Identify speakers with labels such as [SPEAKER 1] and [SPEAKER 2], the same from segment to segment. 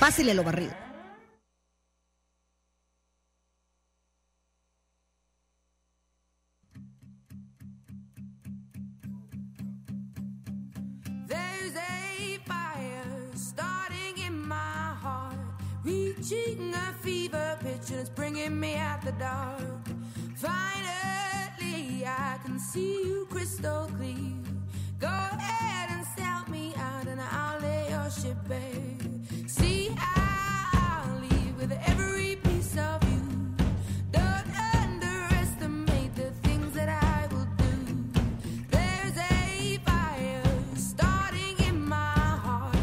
[SPEAKER 1] Pásele lo barrido.
[SPEAKER 2] There's a fire starting in my heart, reaching a fever pitch, and it's bringing me out the dark. Finally, I can see you crystal clear. Go ahead and sell me out, and I'll lay your ship bare. See, I'll leave with every piece of you. Don't underestimate the things that I will do. There's a fire starting in my heart,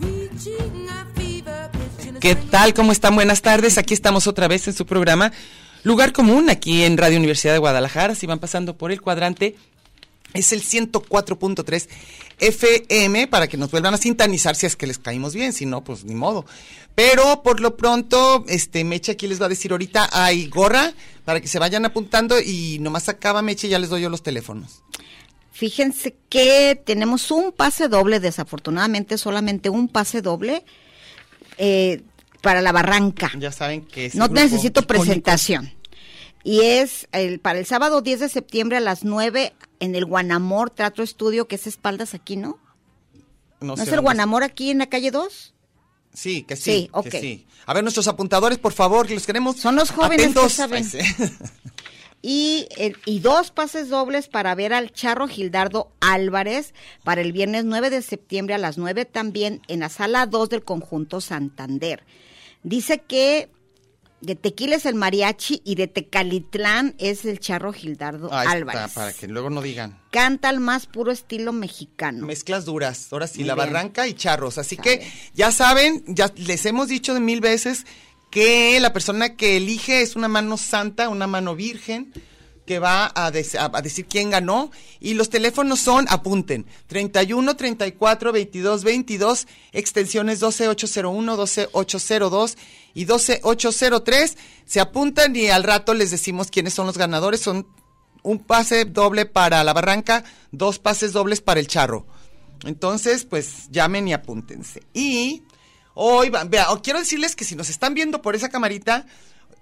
[SPEAKER 2] reaching a fever pitch. and it's
[SPEAKER 3] ¿Qué
[SPEAKER 2] bringing
[SPEAKER 3] tal? ¿Cómo están? Buenas tardes. Aquí estamos otra vez en su programa Lugar Común, aquí en Radio Universidad de Guadalajara. Si van pasando por el cuadrante, es el 104.3 FM para que nos vuelvan a sintonizar si es que les caímos bien, si no, pues ni modo. Pero por lo pronto, este Meche aquí les va a decir ahorita, hay gorra para que se vayan apuntando y nomás acaba Meche y ya les doy yo los teléfonos.
[SPEAKER 1] Fíjense que tenemos un pase doble, desafortunadamente solamente un pase doble eh, para la barranca.
[SPEAKER 3] Ya saben que es.
[SPEAKER 1] no necesito presentación. Y es el, para el sábado 10 de septiembre a las 9 en el Guanamor Teatro Estudio, que es espaldas aquí, ¿no? ¿No, es el Guanamor aquí en la calle 2?
[SPEAKER 3] Sí, que sí.
[SPEAKER 1] Sí,
[SPEAKER 3] que
[SPEAKER 1] ok.
[SPEAKER 3] sí. A ver, nuestros apuntadores, por favor, que los queremos.
[SPEAKER 1] Son los jóvenes que
[SPEAKER 3] atentos.
[SPEAKER 1] saben.
[SPEAKER 3] Ay, sí.
[SPEAKER 1] Y, el- y dos pases dobles para ver al Charro Gildardo Álvarez para el viernes 9 de septiembre a las 9 también en la sala 2 del conjunto Santander. Dice que de Tequila es el mariachi y de Tecalitlán es el Charro Gildardo
[SPEAKER 3] Ahí está,
[SPEAKER 1] Álvarez.
[SPEAKER 3] para que luego no digan.
[SPEAKER 1] Canta al más puro estilo mexicano.
[SPEAKER 3] Mezclas duras, ahora sí,
[SPEAKER 1] Muy
[SPEAKER 3] la
[SPEAKER 1] bien.
[SPEAKER 3] barranca y charros. Así
[SPEAKER 1] Está
[SPEAKER 3] que
[SPEAKER 1] bien.
[SPEAKER 3] ya saben, ya les hemos dicho de mil veces que la persona que elige es una mano santa, una mano virgen, que va a, des- a- a decir quién ganó. Y los teléfonos son, apunten, 31 34 22 22, extensiones 12801, 12802 y 12803. Se apuntan y al rato les decimos quiénes son los ganadores. Son un pase doble para la barranca, dos pases dobles para el charro. Entonces, pues llamen y apúntense. Y hoy, va- vea, o quiero decirles que si nos están viendo por esa camarita,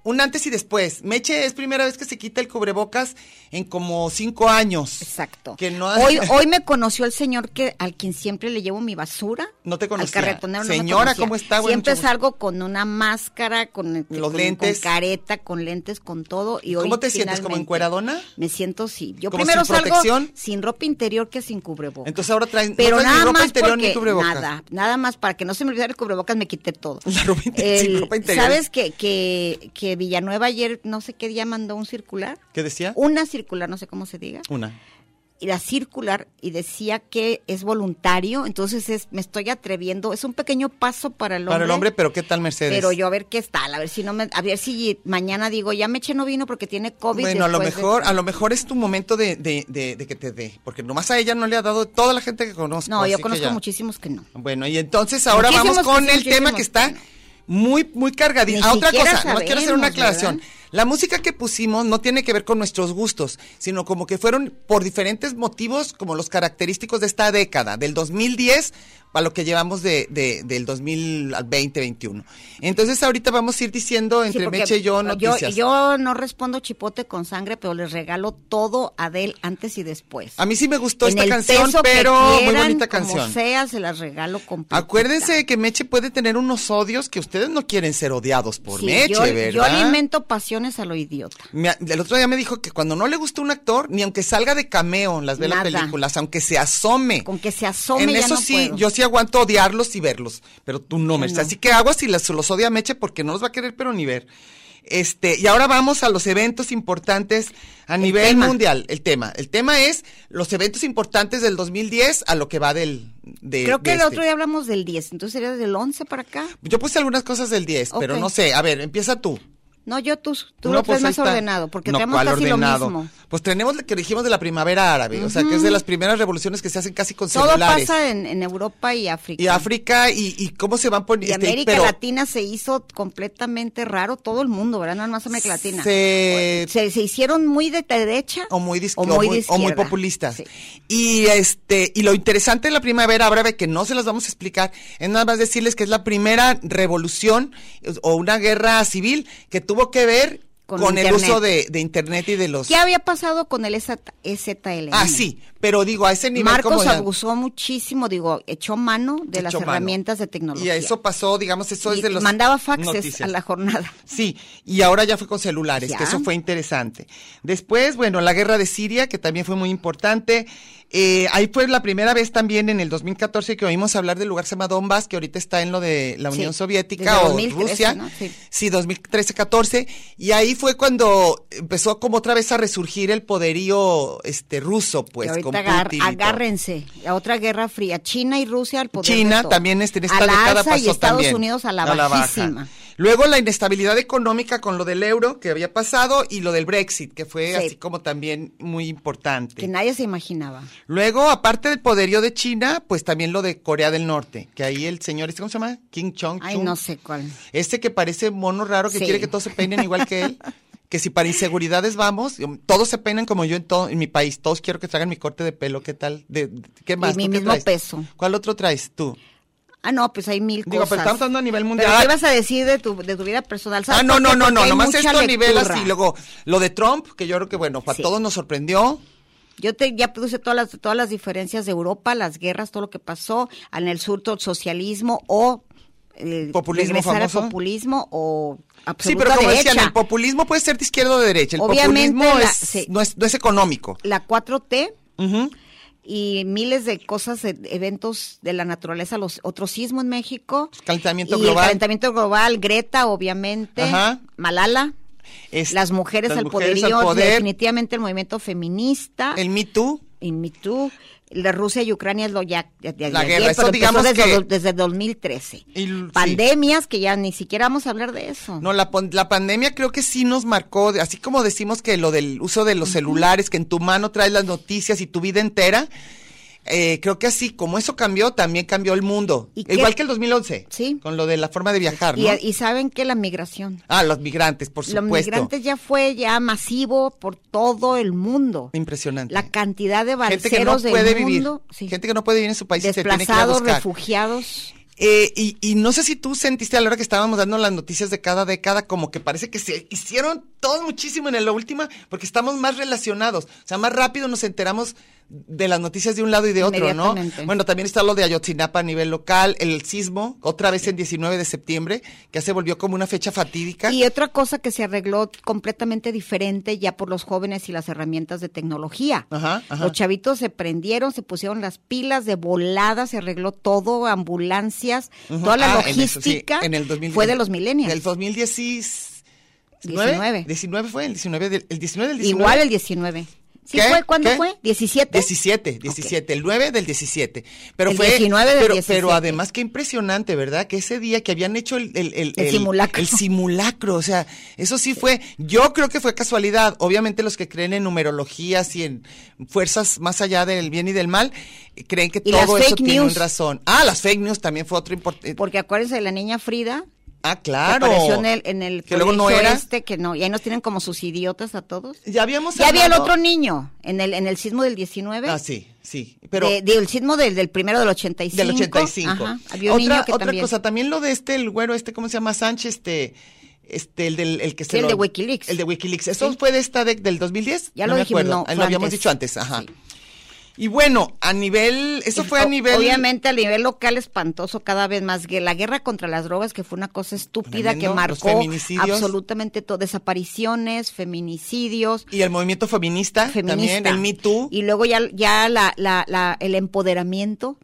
[SPEAKER 3] un antes y después. Meche es primera vez que se quita el cubrebocas en como cinco años.
[SPEAKER 1] Exacto.
[SPEAKER 3] Que no,
[SPEAKER 1] hoy, hoy me conoció el señor que al quien siempre le llevo mi basura.
[SPEAKER 3] No te conocía.
[SPEAKER 1] Al carretonero no me
[SPEAKER 3] Señora,
[SPEAKER 1] conocía.
[SPEAKER 3] ¿cómo está? Bueno,
[SPEAKER 1] Siempre
[SPEAKER 3] mucho gusto.
[SPEAKER 1] salgo con una máscara, con, este,
[SPEAKER 3] Los
[SPEAKER 1] con-
[SPEAKER 3] lentes.
[SPEAKER 1] con careta, con lentes, con todo. Y hoy
[SPEAKER 3] ¿Cómo te sientes? ¿Como
[SPEAKER 1] finalmente
[SPEAKER 3] encueradona?
[SPEAKER 1] Me siento sí. Yo
[SPEAKER 3] ¿Como
[SPEAKER 1] primero
[SPEAKER 3] sin
[SPEAKER 1] salgo
[SPEAKER 3] protección?
[SPEAKER 1] sin ropa interior que sin cubrebocas.
[SPEAKER 3] Entonces ahora traen, no
[SPEAKER 1] pero
[SPEAKER 3] traes
[SPEAKER 1] nada
[SPEAKER 3] ni ropa
[SPEAKER 1] más
[SPEAKER 3] interior
[SPEAKER 1] porque
[SPEAKER 3] ni cubrebocas.
[SPEAKER 1] nada, nada más para que no se me olvidara el cubrebocas me quité todo.
[SPEAKER 3] La ropa interior,
[SPEAKER 1] El-
[SPEAKER 3] sin ropa interior.
[SPEAKER 1] ¿Sabes que, que que Villanueva ayer no sé qué día mandó un circular?
[SPEAKER 3] ¿Qué decía?
[SPEAKER 1] Una circular, no sé cómo se diga
[SPEAKER 3] Una.
[SPEAKER 1] y la circular y decía que es voluntario, entonces es, me estoy atreviendo, es un pequeño paso para el hombre.
[SPEAKER 3] Para el hombre, pero ¿qué tal Mercedes?
[SPEAKER 1] Pero yo a ver qué está, a ver si no me, a ver si mañana digo, ya me eché no vino porque tiene COVID.
[SPEAKER 3] Bueno, a lo
[SPEAKER 1] después de-
[SPEAKER 3] mejor, a lo mejor es tu momento de, de- de- de que te dé, porque nomás a ella no le ha dado toda la gente que conozco.
[SPEAKER 1] No, yo
[SPEAKER 3] así que
[SPEAKER 1] conozco
[SPEAKER 3] ya.
[SPEAKER 1] muchísimos que no.
[SPEAKER 3] Bueno, y entonces ahora
[SPEAKER 1] Muchísimos
[SPEAKER 3] vamos con
[SPEAKER 1] que sí,
[SPEAKER 3] el tema que está
[SPEAKER 1] muchísimos
[SPEAKER 3] muy, muy cargadito.
[SPEAKER 1] Ni
[SPEAKER 3] Ah, otra
[SPEAKER 1] siquiera
[SPEAKER 3] cosa, no quiero hacer una
[SPEAKER 1] sabemos,
[SPEAKER 3] aclaración.
[SPEAKER 1] ¿verdad?
[SPEAKER 3] La música que pusimos no tiene que ver con nuestros gustos, sino como que fueron por diferentes motivos como los característicos de esta década, del 2010 para lo que llevamos de, de- del 2000 al 2021. Entonces ahorita vamos a ir diciendo
[SPEAKER 1] Sí,
[SPEAKER 3] entre
[SPEAKER 1] porque
[SPEAKER 3] Meche y yo
[SPEAKER 1] yo,
[SPEAKER 3] noticias.
[SPEAKER 1] yo no respondo chipote con sangre, pero les regalo todo a Adele antes y después.
[SPEAKER 3] A mí sí me gustó
[SPEAKER 1] En
[SPEAKER 3] esta
[SPEAKER 1] el
[SPEAKER 3] canción,
[SPEAKER 1] peso que
[SPEAKER 3] pero muy
[SPEAKER 1] quieran,
[SPEAKER 3] bonita
[SPEAKER 1] como
[SPEAKER 3] canción.
[SPEAKER 1] sea, se las regalo completa.
[SPEAKER 3] Acuérdense que Meche puede tener unos odios que ustedes no quieren ser odiados por
[SPEAKER 1] Sí,
[SPEAKER 3] Meche,
[SPEAKER 1] yo,
[SPEAKER 3] ¿verdad?
[SPEAKER 1] yo alimento pasiones a lo idiota.
[SPEAKER 3] Me- el otro día me dijo que cuando no le gusta un actor, ni aunque salga de cameo en las velas
[SPEAKER 1] Nada.
[SPEAKER 3] películas, aunque se asome.
[SPEAKER 1] Con que se asome
[SPEAKER 3] En
[SPEAKER 1] ya
[SPEAKER 3] eso
[SPEAKER 1] no
[SPEAKER 3] sí,
[SPEAKER 1] puedo.
[SPEAKER 3] yo sí aguanto odiarlos y verlos, pero tú no, Mercedes.
[SPEAKER 1] no.
[SPEAKER 3] Así que aguas si las- los odia Meche porque no los va a querer, pero ni ver. Este, y ahora vamos a los eventos importantes a nivel
[SPEAKER 1] tema.
[SPEAKER 3] mundial, el tema. El tema es los eventos importantes del 2010 a lo que va del... de-
[SPEAKER 1] Creo que
[SPEAKER 3] de
[SPEAKER 1] el
[SPEAKER 3] este.
[SPEAKER 1] otro día hablamos del 10, entonces sería del 11 para acá.
[SPEAKER 3] Yo puse algunas cosas del 10, pero
[SPEAKER 1] Ok.
[SPEAKER 3] no sé. A ver, empieza tú.
[SPEAKER 1] No, yo tú, tú
[SPEAKER 3] No,
[SPEAKER 1] lo traes
[SPEAKER 3] pues, ahí
[SPEAKER 1] más
[SPEAKER 3] está.
[SPEAKER 1] ordenado, porque
[SPEAKER 3] No,
[SPEAKER 1] tenemos
[SPEAKER 3] ¿cuál
[SPEAKER 1] casi
[SPEAKER 3] ordenado?
[SPEAKER 1] lo mismo.
[SPEAKER 3] Pues tenemos lo que dijimos de la primavera árabe, o sea, que es de las primeras revoluciones que se hacen casi con
[SPEAKER 1] Todo
[SPEAKER 3] celulares.
[SPEAKER 1] pasa en, en Europa y África.
[SPEAKER 3] y África y, y cómo se van
[SPEAKER 1] Y
[SPEAKER 3] poniendo. este,
[SPEAKER 1] América
[SPEAKER 3] pero
[SPEAKER 1] Latina se hizo completamente raro todo el mundo, ¿verdad? Nada más América Latina.
[SPEAKER 3] Se-
[SPEAKER 1] se, se hicieron muy de derecha
[SPEAKER 3] o muy, dis-
[SPEAKER 1] o
[SPEAKER 3] o
[SPEAKER 1] muy de
[SPEAKER 3] muy- o muy
[SPEAKER 1] izquierda.
[SPEAKER 3] populistas.
[SPEAKER 1] Sí.
[SPEAKER 3] Y este y lo interesante de la primavera árabe que no se las vamos a explicar, es nada más decirles que es la primera revolución eh, o una guerra civil que tuvo que ver
[SPEAKER 1] Con
[SPEAKER 3] con, el
[SPEAKER 1] Internet.
[SPEAKER 3] uso de, de internet y de los
[SPEAKER 1] ¿Qué había pasado con el EZ EZLN?
[SPEAKER 3] Ah, sí, pero digo, a ese nivel como
[SPEAKER 1] Marcos
[SPEAKER 3] ya-
[SPEAKER 1] abusó muchísimo, digo, echó mano de las
[SPEAKER 3] Hecho mano.
[SPEAKER 1] herramientas de tecnología.
[SPEAKER 3] Y eso pasó, digamos, eso
[SPEAKER 1] Y
[SPEAKER 3] es de los.
[SPEAKER 1] mandaba faxes
[SPEAKER 3] noticias.
[SPEAKER 1] a la jornada.
[SPEAKER 3] Sí, y ahora ya fue con celulares,
[SPEAKER 1] Ya.
[SPEAKER 3] que eso fue interesante. Después, bueno, la guerra de Siria, que también fue muy importante. Eh, ahí fue la primera vez también en el 2014 que oímos hablar del lugar que se llama Donbass, que ahorita está en lo de la
[SPEAKER 1] Sí,
[SPEAKER 3] Unión
[SPEAKER 1] desde
[SPEAKER 3] Soviética o
[SPEAKER 1] 2013,
[SPEAKER 3] Rusia.
[SPEAKER 1] ¿no? Sí.
[SPEAKER 3] Sí. 2013-14. Y ahí fue cuando empezó como otra vez a resurgir el poderío este ruso, pues,
[SPEAKER 1] Que
[SPEAKER 3] con
[SPEAKER 1] ahorita agar-
[SPEAKER 3] Putin y todo.
[SPEAKER 1] agárrense. La otra guerra fría. China y Rusia al poder.
[SPEAKER 3] China
[SPEAKER 1] de todo.
[SPEAKER 3] también este, en esta
[SPEAKER 1] a la
[SPEAKER 3] década
[SPEAKER 1] alza
[SPEAKER 3] pasó
[SPEAKER 1] y Estados
[SPEAKER 3] también
[SPEAKER 1] Unidos a la
[SPEAKER 3] baja.
[SPEAKER 1] bajísima.
[SPEAKER 3] Luego la inestabilidad económica con lo del euro que había pasado y lo del Brexit, que fue
[SPEAKER 1] Sí.
[SPEAKER 3] así como también muy importante.
[SPEAKER 1] Que nadie se imaginaba.
[SPEAKER 3] Luego, aparte del poderío de China, pues también lo de Corea del Norte, que ahí el señor, ¿este ¿cómo se llama? Kim Chong.
[SPEAKER 1] Ay, no sé cuál.
[SPEAKER 3] Este que parece mono raro, que
[SPEAKER 1] Sí.
[SPEAKER 3] quiere que todos se peinen igual que él. Que si para inseguridades vamos, todos se peinan como yo en todo en mi país. Todos quiero que traigan mi corte de pelo. ¿Qué tal? De, de- ¿Qué más?
[SPEAKER 1] mi
[SPEAKER 3] ¿Tú qué
[SPEAKER 1] mismo
[SPEAKER 3] traes?
[SPEAKER 1] peso.
[SPEAKER 3] ¿Cuál otro traes tú?
[SPEAKER 1] Ah, no, pues hay mil
[SPEAKER 3] Digo,
[SPEAKER 1] cosas.
[SPEAKER 3] pero estamos hablando a nivel mundial.
[SPEAKER 1] ¿Pero ¿Qué ibas a decir de tu, de tu vida personal? ¿Sabes
[SPEAKER 3] Ah, no,
[SPEAKER 1] por
[SPEAKER 3] no,
[SPEAKER 1] qué?
[SPEAKER 3] no,
[SPEAKER 1] Porque
[SPEAKER 3] no,
[SPEAKER 1] hay
[SPEAKER 3] nomás
[SPEAKER 1] mucha
[SPEAKER 3] esto a nivel
[SPEAKER 1] lectura.
[SPEAKER 3] así. Luego, lo de Trump, que yo creo que, bueno, a
[SPEAKER 1] Sí. Pues
[SPEAKER 3] todos nos sorprendió.
[SPEAKER 1] Yo te, ya puse todas las, todas las diferencias de Europa, las guerras, todo lo que pasó, en el sur todo el socialismo o eh,
[SPEAKER 3] Populismo
[SPEAKER 1] regresar al
[SPEAKER 3] famoso.
[SPEAKER 1] populismo o
[SPEAKER 3] Sí,
[SPEAKER 1] absoluta
[SPEAKER 3] pero como
[SPEAKER 1] derecha.
[SPEAKER 3] decían, el populismo puede ser de izquierda o de derecha. El
[SPEAKER 1] Obviamente
[SPEAKER 3] populismo
[SPEAKER 1] la-
[SPEAKER 3] es,
[SPEAKER 1] sí.
[SPEAKER 3] no, es, no es económico.
[SPEAKER 1] la 4T
[SPEAKER 3] Ujú.
[SPEAKER 1] y miles de cosas, e- eventos de la naturaleza, los otro sismo en México.
[SPEAKER 3] Calentamiento
[SPEAKER 1] y El
[SPEAKER 3] global.
[SPEAKER 1] calentamiento global, Greta, obviamente,
[SPEAKER 3] Ajá.
[SPEAKER 1] Malala,
[SPEAKER 3] Es-
[SPEAKER 1] las mujeres, al,
[SPEAKER 3] mujeres
[SPEAKER 1] poderío,
[SPEAKER 3] al poder,
[SPEAKER 1] definitivamente el movimiento feminista.
[SPEAKER 3] el Me Too.
[SPEAKER 1] y Me Too, la Rusia y Ucrania es lo ya de- de-
[SPEAKER 3] La
[SPEAKER 1] de
[SPEAKER 3] guerra, eso
[SPEAKER 1] pero empezó
[SPEAKER 3] digamos
[SPEAKER 1] desde,
[SPEAKER 3] que-
[SPEAKER 1] do- desde 2013.
[SPEAKER 3] Y l- sí.
[SPEAKER 1] Pandemias que ya ni siquiera vamos a hablar de eso.
[SPEAKER 3] No, la, pon- la pandemia creo que sí nos marcó, de- así como decimos que lo del uso de los celulares, que en tu mano traes las noticias y tu vida entera, eh, creo que así, como eso cambió, también cambió el mundo.
[SPEAKER 1] ¿Y qué-
[SPEAKER 3] Igual que el 2011,
[SPEAKER 1] Sí.
[SPEAKER 3] con lo de la forma de viajar,
[SPEAKER 1] y,
[SPEAKER 3] ¿no?
[SPEAKER 1] y saben que la migración,
[SPEAKER 3] Ah, los migrantes, por
[SPEAKER 1] los
[SPEAKER 3] supuesto.
[SPEAKER 1] migrantes ya fue ya masivo por todo el mundo.
[SPEAKER 3] Impresionante.
[SPEAKER 1] La cantidad de
[SPEAKER 3] gente que no
[SPEAKER 1] balseros
[SPEAKER 3] puede
[SPEAKER 1] del
[SPEAKER 3] vivir,
[SPEAKER 1] mundo, sí,
[SPEAKER 3] gente que no puede vivir en su país y se tiene que ir a
[SPEAKER 1] desplazados,
[SPEAKER 3] buscar.
[SPEAKER 1] refugiados.
[SPEAKER 3] Eh, y, y no sé si tú sentiste a la hora que estábamos dando las noticias de cada década, como que parece que se hicieron todos muchísimo en la última, porque estamos más relacionados. O sea, más rápido nos enteramos de las noticias de un lado y de otro, ¿no?
[SPEAKER 1] Inmediatamente.
[SPEAKER 3] Bueno, también está lo de Ayotzinapa a nivel local, el sismo, otra vez en 19 de septiembre, que ya se volvió como una fecha fatídica.
[SPEAKER 1] Y otra cosa que se arregló completamente diferente ya por los jóvenes y las herramientas de tecnología.
[SPEAKER 3] Ajá, ajá.
[SPEAKER 1] Los chavitos se prendieron, se pusieron las pilas de volada, se arregló todo, ambulancias,
[SPEAKER 3] Ujú.
[SPEAKER 1] toda la
[SPEAKER 3] Ah, en eso, sí,
[SPEAKER 1] logística
[SPEAKER 3] en el 2010.
[SPEAKER 1] fue de los millennials.
[SPEAKER 3] Del 2019.
[SPEAKER 1] 19.
[SPEAKER 3] 19 fue el 19 del, el 19 del 19.
[SPEAKER 1] Igual el 19. ¿Sí
[SPEAKER 3] ¿Qué?
[SPEAKER 1] fue? ¿Cuándo
[SPEAKER 3] ¿Qué?
[SPEAKER 1] fue? ¿17?
[SPEAKER 3] 17, 17, el 9 del 17. Pero
[SPEAKER 1] El
[SPEAKER 3] fue
[SPEAKER 1] 19 del
[SPEAKER 3] pero,
[SPEAKER 1] 17.
[SPEAKER 3] pero además qué impresionante, ¿verdad? Que ese día que habían hecho el, el, el,
[SPEAKER 1] El simulacro.
[SPEAKER 3] el simulacro, o sea, eso sí fue, yo creo que fue casualidad. Obviamente los que creen en numerologías y en fuerzas más allá del bien y del mal, eh, creen que
[SPEAKER 1] Y las
[SPEAKER 3] todo eso
[SPEAKER 1] fake
[SPEAKER 3] tiene
[SPEAKER 1] news.
[SPEAKER 3] un razón. Ah, las fake news también fue otro importante.
[SPEAKER 1] Porque acuérdense de la niña Frida,
[SPEAKER 3] Ah,
[SPEAKER 1] que
[SPEAKER 3] claro.
[SPEAKER 1] apareció en el, en el
[SPEAKER 3] Que luego no
[SPEAKER 1] colegio
[SPEAKER 3] era.
[SPEAKER 1] este, que no, y ahí nos tienen como sus idiotas a todos.
[SPEAKER 3] Ya habíamos
[SPEAKER 1] Ya había el
[SPEAKER 3] hablado-
[SPEAKER 1] otro niño en el, en el sismo del 19.
[SPEAKER 3] Ah, sí, sí. Pero
[SPEAKER 1] De- de- el sismo del, del primero del 85.
[SPEAKER 3] del 85.
[SPEAKER 1] Ajá, había un
[SPEAKER 3] otra
[SPEAKER 1] niño que
[SPEAKER 3] otra
[SPEAKER 1] también.
[SPEAKER 3] cosa, también lo de este, el güero este, ¿cómo se llama? Sánchez, este, este, el del el que se
[SPEAKER 1] Sí, el
[SPEAKER 3] lo-
[SPEAKER 1] de Wikileaks.
[SPEAKER 3] El de Wikileaks. ¿Eso
[SPEAKER 1] Sí.
[SPEAKER 3] fue de esta de- del 2010?
[SPEAKER 1] Ya
[SPEAKER 3] No
[SPEAKER 1] lo
[SPEAKER 3] me
[SPEAKER 1] dijimos,
[SPEAKER 3] acuerdo.
[SPEAKER 1] no,
[SPEAKER 3] Ah,
[SPEAKER 1] fue
[SPEAKER 3] Lo habíamos
[SPEAKER 1] antes.
[SPEAKER 3] dicho antes, ajá.
[SPEAKER 1] Sí.
[SPEAKER 3] Y bueno, a nivel, eso fue a
[SPEAKER 1] O-
[SPEAKER 3] nivel...
[SPEAKER 1] Obviamente, a nivel local espantoso, cada vez más. que La guerra contra las drogas, que fue una cosa estúpida
[SPEAKER 3] Tremendo,
[SPEAKER 1] que
[SPEAKER 3] los
[SPEAKER 1] marcó
[SPEAKER 3] feminicidios.
[SPEAKER 1] absolutamente todo. Desapariciones, feminicidios.
[SPEAKER 3] Y el movimiento feminista,
[SPEAKER 1] Feminista.
[SPEAKER 3] también, el Me Too,
[SPEAKER 1] Y luego ya, ya la, la- la- el empoderamiento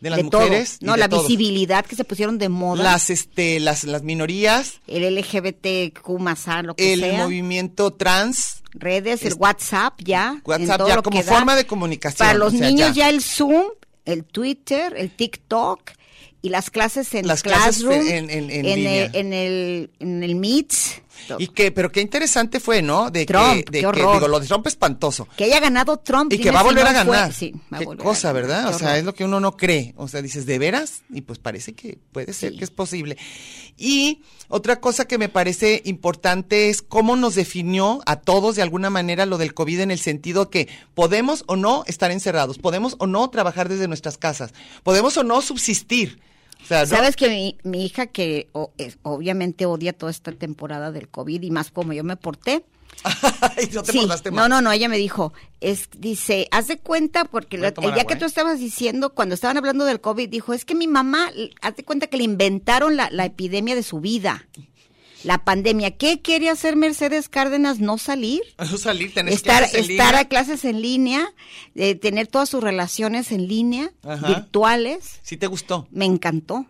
[SPEAKER 3] de las
[SPEAKER 1] todo.
[SPEAKER 3] mujeres. y
[SPEAKER 1] No,
[SPEAKER 3] de
[SPEAKER 1] la
[SPEAKER 3] todos.
[SPEAKER 1] visibilidad que se pusieron de moda.
[SPEAKER 3] Las, este, las, las minorías,
[SPEAKER 1] el LGBTQ más A, lo que
[SPEAKER 3] el
[SPEAKER 1] sea.
[SPEAKER 3] movimiento trans,
[SPEAKER 1] redes, el
[SPEAKER 3] Este,
[SPEAKER 1] WhatsApp ya. en
[SPEAKER 3] WhatsApp
[SPEAKER 1] todo
[SPEAKER 3] ya
[SPEAKER 1] lo
[SPEAKER 3] como
[SPEAKER 1] que da.
[SPEAKER 3] forma de comunicación.
[SPEAKER 1] Para los
[SPEAKER 3] o sea,
[SPEAKER 1] niños ya. el Zoom, el Twitter, el TikTok y las clases en
[SPEAKER 3] Las clases
[SPEAKER 1] Classroom,
[SPEAKER 3] en- en- en línea.
[SPEAKER 1] el, en el en el Meets. todo.
[SPEAKER 3] Y que, pero qué interesante fue, ¿no? De
[SPEAKER 1] Trump,
[SPEAKER 3] que, de
[SPEAKER 1] qué
[SPEAKER 3] que
[SPEAKER 1] horror.
[SPEAKER 3] digo, lo de Trump espantoso.
[SPEAKER 1] que haya ganado Trump.
[SPEAKER 3] Y
[SPEAKER 1] dime
[SPEAKER 3] que va a
[SPEAKER 1] si
[SPEAKER 3] volver
[SPEAKER 1] no
[SPEAKER 3] a
[SPEAKER 1] fue-
[SPEAKER 3] ganar.
[SPEAKER 1] sí, va a
[SPEAKER 3] Qué
[SPEAKER 1] volver a
[SPEAKER 3] cosa,
[SPEAKER 1] ganar.
[SPEAKER 3] ¿verdad?
[SPEAKER 1] Qué
[SPEAKER 3] O sea,
[SPEAKER 1] horror.
[SPEAKER 3] es lo que uno no cree. O sea, dices, ¿de veras? Y pues parece que puede ser
[SPEAKER 1] Sí.
[SPEAKER 3] que es posible. Y otra cosa que me parece importante es cómo nos definió a todos de alguna manera lo del COVID en el sentido que podemos o no estar encerrados, podemos o no trabajar desde nuestras casas, podemos o no subsistir. O sea, ¿no?
[SPEAKER 1] Sabes que mi, mi hija, que o- es- obviamente odia toda esta temporada del COVID y más como yo me porté,
[SPEAKER 3] Y no te
[SPEAKER 1] Sí,
[SPEAKER 3] portaste
[SPEAKER 1] No,
[SPEAKER 3] mal.
[SPEAKER 1] no, no, ella me dijo, es, dice, haz de cuenta, porque
[SPEAKER 3] Voy a
[SPEAKER 1] lo- el
[SPEAKER 3] tomar
[SPEAKER 1] día
[SPEAKER 3] agua,
[SPEAKER 1] que tú
[SPEAKER 3] ¿eh?
[SPEAKER 1] estabas diciendo, cuando estaban hablando del COVID, dijo, es que mi mamá, l- haz de cuenta que le inventaron la, la epidemia de su vida. La pandemia, ¿qué quiere hacer Mercedes Cárdenas? ¿No salir?
[SPEAKER 3] Salir, tener
[SPEAKER 1] Estar,
[SPEAKER 3] clases en línea.
[SPEAKER 1] estar a clases en línea, eh, tener todas sus relaciones en línea,
[SPEAKER 3] Ajá.
[SPEAKER 1] virtuales.
[SPEAKER 3] Sí te gustó.
[SPEAKER 1] Me encantó.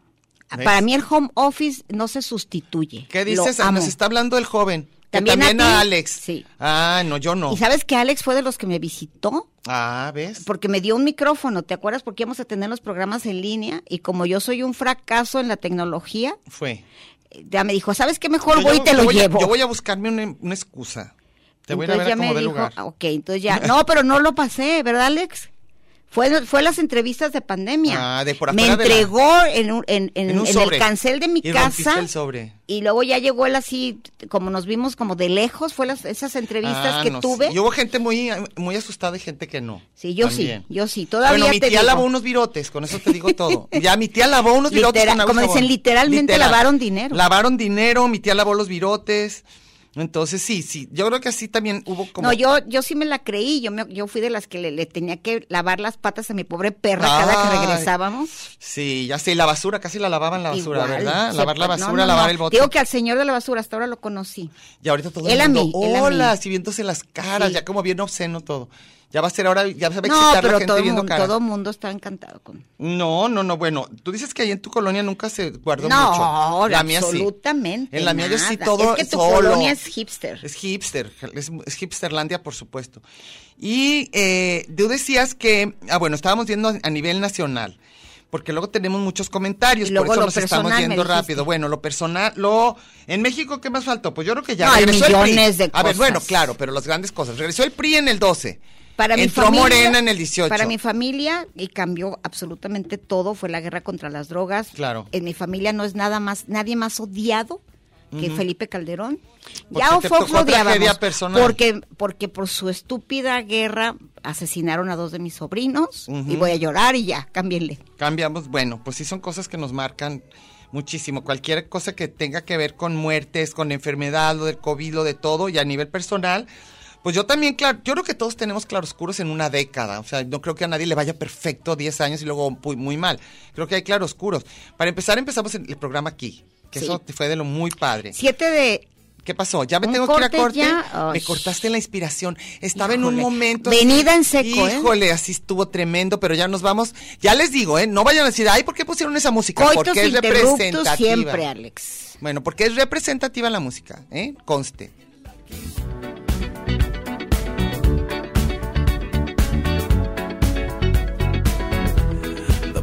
[SPEAKER 3] ¿Ves?
[SPEAKER 1] Para mí el home office no se sustituye.
[SPEAKER 3] ¿Qué
[SPEAKER 1] Lo
[SPEAKER 3] dices?
[SPEAKER 1] amo.
[SPEAKER 3] Nos está hablando el joven. Que
[SPEAKER 1] ¿También
[SPEAKER 3] También,
[SPEAKER 1] a
[SPEAKER 3] a,
[SPEAKER 1] ti?
[SPEAKER 3] Alex.
[SPEAKER 1] Sí.
[SPEAKER 3] Ah, no, yo no.
[SPEAKER 1] ¿Y sabes que Alex fue de los que me visitó?
[SPEAKER 3] Ah, ¿ves?
[SPEAKER 1] porque me dio un micrófono, ¿te acuerdas? Porque íbamos a tener los programas en línea y como yo soy un fracaso en la tecnología,
[SPEAKER 3] Fue.
[SPEAKER 1] ya me dijo, ¿sabes qué? Mejor
[SPEAKER 3] Yo-
[SPEAKER 1] voy y
[SPEAKER 3] yo-
[SPEAKER 1] te
[SPEAKER 3] yo
[SPEAKER 1] lo
[SPEAKER 3] voy a-
[SPEAKER 1] llevo.
[SPEAKER 3] yo voy a buscarme una, una excusa. Te voy a ir a ver
[SPEAKER 1] Entonces
[SPEAKER 3] a
[SPEAKER 1] ya me
[SPEAKER 3] como de
[SPEAKER 1] dijo,
[SPEAKER 3] lugar.
[SPEAKER 1] "Ah, ok, entonces ya, no, pero no lo pasé, ¿verdad, Alex? Fue, fue las entrevistas de pandemia.
[SPEAKER 3] Ah, de por
[SPEAKER 1] me
[SPEAKER 3] afuera de la-
[SPEAKER 1] entregó en, un- en, en-
[SPEAKER 3] En un
[SPEAKER 1] en el
[SPEAKER 3] sobre.
[SPEAKER 1] cancel de mi
[SPEAKER 3] Y rompiste
[SPEAKER 1] casa.
[SPEAKER 3] el sobre.
[SPEAKER 1] Y luego ya llegó él así, como nos vimos como de lejos, fue las, esas entrevistas
[SPEAKER 3] Ah,
[SPEAKER 1] que
[SPEAKER 3] no sé.
[SPEAKER 1] tuve.
[SPEAKER 3] Y hubo gente muy, muy asustada y gente que no.
[SPEAKER 1] Sí, yo
[SPEAKER 3] También.
[SPEAKER 1] sí, yo sí, todavía
[SPEAKER 3] Bueno, mi
[SPEAKER 1] te
[SPEAKER 3] tía
[SPEAKER 1] digo.
[SPEAKER 3] lavó unos virotes, con eso te digo todo. Ya mi tía lavó unos virotes.
[SPEAKER 1] Literal-
[SPEAKER 3] con agua y
[SPEAKER 1] como dicen,
[SPEAKER 3] jabón.
[SPEAKER 1] literalmente lavaron dinero.
[SPEAKER 3] Lavaron dinero, mi tía lavó los virotes. Entonces, sí, sí. Yo creo que así también hubo como.
[SPEAKER 1] No, yo, yo sí me la creí. Yo, me, yo fui de las que le, le tenía que lavar las patas a mi pobre perra cada que
[SPEAKER 3] Ay,
[SPEAKER 1] regresábamos.
[SPEAKER 3] Sí, ya sé, la basura, casi la lavaban la basura,
[SPEAKER 1] Igual,
[SPEAKER 3] ¿verdad?
[SPEAKER 1] se-
[SPEAKER 3] Lavar la
[SPEAKER 1] no,
[SPEAKER 3] basura,
[SPEAKER 1] no,
[SPEAKER 3] lavar
[SPEAKER 1] no.
[SPEAKER 3] el bote.
[SPEAKER 1] Digo que al señor de la basura hasta ahora lo conocí.
[SPEAKER 3] Y ahorita todo
[SPEAKER 1] Él a
[SPEAKER 3] el mundo,
[SPEAKER 1] mí, él a mí.
[SPEAKER 3] hola, así viéndose las caras,
[SPEAKER 1] Sí.
[SPEAKER 3] ya como bien obsceno todo. Ya va a ser ahora, ya se va a
[SPEAKER 1] No,
[SPEAKER 3] excitar la
[SPEAKER 1] pero
[SPEAKER 3] gente
[SPEAKER 1] todo el
[SPEAKER 3] viendo
[SPEAKER 1] mundo,
[SPEAKER 3] caras.
[SPEAKER 1] todo mundo está encantado con.
[SPEAKER 3] No, no, no, bueno, tú dices que ahí en tu colonia nunca se guardó
[SPEAKER 1] No,
[SPEAKER 3] mucho. La mía sí.
[SPEAKER 1] absolutamente.
[SPEAKER 3] En la mía yo sí
[SPEAKER 1] nada.
[SPEAKER 3] todo
[SPEAKER 1] Es que tu
[SPEAKER 3] solo.
[SPEAKER 1] colonia es hipster.
[SPEAKER 3] Es hipster, es, es hipsterlandia, por supuesto. Y eh, tú decías que, ah, bueno, estábamos viendo a, a nivel nacional, porque luego tenemos muchos comentarios,
[SPEAKER 1] Y luego
[SPEAKER 3] por eso
[SPEAKER 1] lo
[SPEAKER 3] nos
[SPEAKER 1] personal,
[SPEAKER 3] estamos
[SPEAKER 1] me
[SPEAKER 3] yendo
[SPEAKER 1] dijiste.
[SPEAKER 3] rápido. Bueno, lo personal, lo... En México, ¿qué más faltó? Pues yo creo que ya
[SPEAKER 1] No, hay
[SPEAKER 3] regresó el PRI.
[SPEAKER 1] millones de
[SPEAKER 3] A ver, bueno,
[SPEAKER 1] cosas.
[SPEAKER 3] claro, pero las grandes cosas. Regresó el PRI en el 12.
[SPEAKER 1] Para mi
[SPEAKER 3] Entró
[SPEAKER 1] familia,
[SPEAKER 3] Morena en el 18.
[SPEAKER 1] Para mi familia, y cambió absolutamente todo, fue la guerra contra las drogas.
[SPEAKER 3] Claro.
[SPEAKER 1] En mi familia no es nada más, nadie más odiado que Felipe Calderón.
[SPEAKER 3] Porque
[SPEAKER 1] ya o
[SPEAKER 3] te
[SPEAKER 1] Fox
[SPEAKER 3] tocó
[SPEAKER 1] lo odiábamos.
[SPEAKER 3] tragedia personal.
[SPEAKER 1] Porque, porque por su estúpida guerra asesinaron a dos de mis sobrinos.
[SPEAKER 3] Ujú.
[SPEAKER 1] Y voy a llorar y ya, cámbienle.
[SPEAKER 3] Cambiamos, bueno, pues sí son cosas que nos marcan muchísimo. Cualquier cosa que tenga que ver con muertes, con enfermedad, lo del COVID, lo de todo, y a nivel personal, pues yo también, claro, yo creo que todos tenemos claroscuros en una década. O sea, no creo que a nadie le vaya perfecto 10 años y luego muy, muy mal. Creo que hay claroscuros. Para empezar, empezamos el programa aquí, que
[SPEAKER 1] Sí.
[SPEAKER 3] eso te fue de lo muy padre.
[SPEAKER 1] Siete de...
[SPEAKER 3] ¿Qué pasó? Ya me
[SPEAKER 1] ¿Un
[SPEAKER 3] tengo que ir a
[SPEAKER 1] corte
[SPEAKER 3] corte.
[SPEAKER 1] ya? Ay.
[SPEAKER 3] Me cortaste la inspiración. Estaba en un
[SPEAKER 1] Híjole.
[SPEAKER 3] momento.
[SPEAKER 1] Venida
[SPEAKER 3] así-
[SPEAKER 1] en seco, ¿eh?
[SPEAKER 3] Híjole, así estuvo tremendo, pero ya nos vamos. Ya les digo, ¿eh? No vayan a decir, ay, ¿por qué pusieron esa música?
[SPEAKER 1] Coitos
[SPEAKER 3] porque es
[SPEAKER 1] interruptos
[SPEAKER 3] representativa.
[SPEAKER 1] siempre, Alex.
[SPEAKER 3] Bueno, porque es representativa la música, ¿eh? Conste.
[SPEAKER 4] The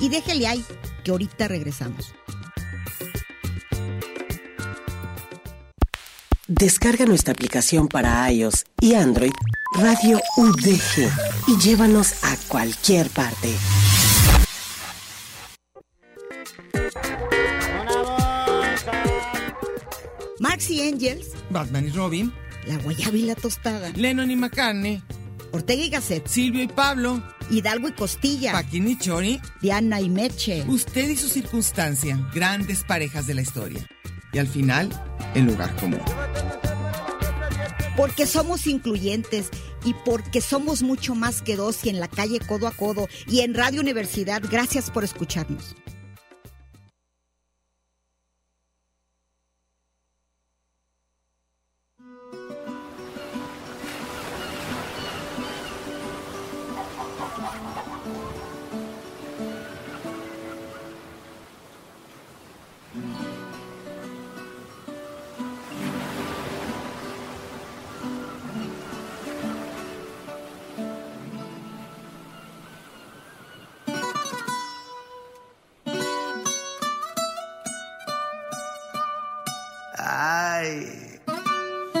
[SPEAKER 1] Y déjele ahí, que ahorita regresamos.
[SPEAKER 5] Descarga nuestra aplicación para iOS y Android Radio UDG y llévanos a cualquier parte.
[SPEAKER 1] Max y Angels,
[SPEAKER 6] Batman y Robin,
[SPEAKER 1] la guayaba y la tostada.
[SPEAKER 6] Lennon y McCartney,
[SPEAKER 1] Ortega y Gasset,
[SPEAKER 6] Silvio y Pablo,
[SPEAKER 1] Hidalgo y Costilla,
[SPEAKER 6] Paquín y Chori,
[SPEAKER 1] Diana y Meche.
[SPEAKER 6] usted y su circunstancia, grandes parejas de la historia. Y al final, el lugar común.
[SPEAKER 1] Porque somos incluyentes y porque somos mucho más que dos y en la calle codo a codo y en Radio Universidad. Gracias por escucharnos.
[SPEAKER 4] Ay.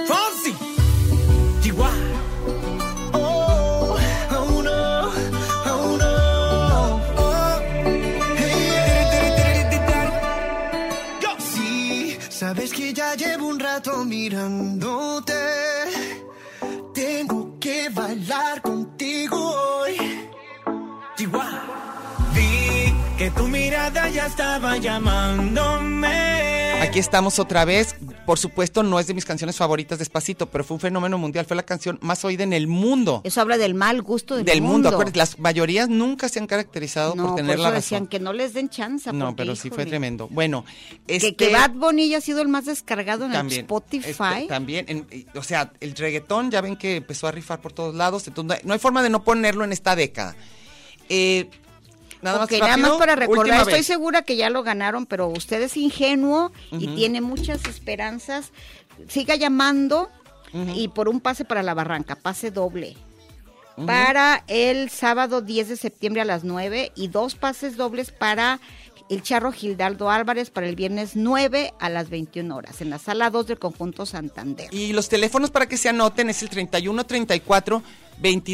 [SPEAKER 4] Fonsi. Chihuahua. Oh, oh no, oh no. Oh, hey, Yo. Sí, sabes que ya llevo un rato mirándote. Tengo que bailar contigo hoy. Chihuahua. Vi que tu mirada ya estaba llamándome.
[SPEAKER 3] Aquí estamos otra vez. Por supuesto, no es de mis canciones favoritas despacito, pero fue un fenómeno mundial. Fue la canción más oída en el mundo.
[SPEAKER 1] Eso habla del mal gusto del,
[SPEAKER 3] del mundo. Acuérdate, las mayorías nunca se han caracterizado
[SPEAKER 1] No,
[SPEAKER 3] por
[SPEAKER 1] por
[SPEAKER 3] tener
[SPEAKER 1] eso
[SPEAKER 3] la razón.
[SPEAKER 1] decían que no les den chance.
[SPEAKER 3] no,
[SPEAKER 1] porque,
[SPEAKER 3] pero sí fue
[SPEAKER 1] híjole,
[SPEAKER 3] tremendo. Bueno,
[SPEAKER 1] Que,
[SPEAKER 3] este
[SPEAKER 1] que Bad Bunny ya ha sido el más descargado en el Spotify.
[SPEAKER 3] este, también, en- y- o sea, el reggaetón ya ven que empezó a rifar por todos lados, entonces no hay, no hay forma de no ponerlo en esta década. Eh, nada,
[SPEAKER 1] Ok,
[SPEAKER 3] más
[SPEAKER 1] nada más
[SPEAKER 3] rápido,
[SPEAKER 1] para recordar,
[SPEAKER 3] última
[SPEAKER 1] estoy
[SPEAKER 3] vez.
[SPEAKER 1] segura que ya lo ganaron, pero usted es ingenuo y tiene muchas esperanzas. Siga llamando y por un pase para la barranca, pase doble. Para el sábado 10 de septiembre a las 9 y dos pases dobles para el charro Gildardo Álvarez para el viernes 9 a las 21 horas en la sala 2 del conjunto Santander.
[SPEAKER 3] Y los teléfonos para que se anoten es el 3134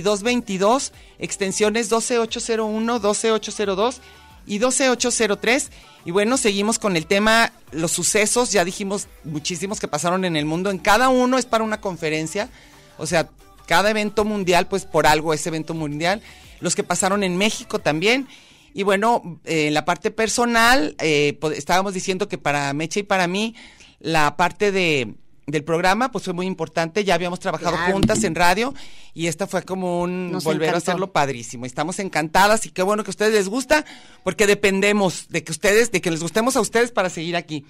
[SPEAKER 3] 2222, extensiones 12801, 12802 y 12803. Y bueno, seguimos con el tema, los sucesos, ya dijimos muchísimos que pasaron en el mundo, en cada uno es para una conferencia, o sea, cada evento mundial, pues por algo es evento mundial, los que pasaron en México también. Y bueno, eh, en la parte personal, eh, po- estábamos diciendo que para Meche y para mí, la parte de, del programa, pues fue muy importante. Ya habíamos trabajado
[SPEAKER 1] Claro.
[SPEAKER 3] juntas en radio y esta fue como un
[SPEAKER 1] Nos
[SPEAKER 3] volver
[SPEAKER 1] encantó.
[SPEAKER 3] a hacerlo padrísimo. Estamos encantadas y qué bueno que a ustedes les gusta, porque dependemos de que ustedes, de que les gustemos a ustedes para seguir aquí.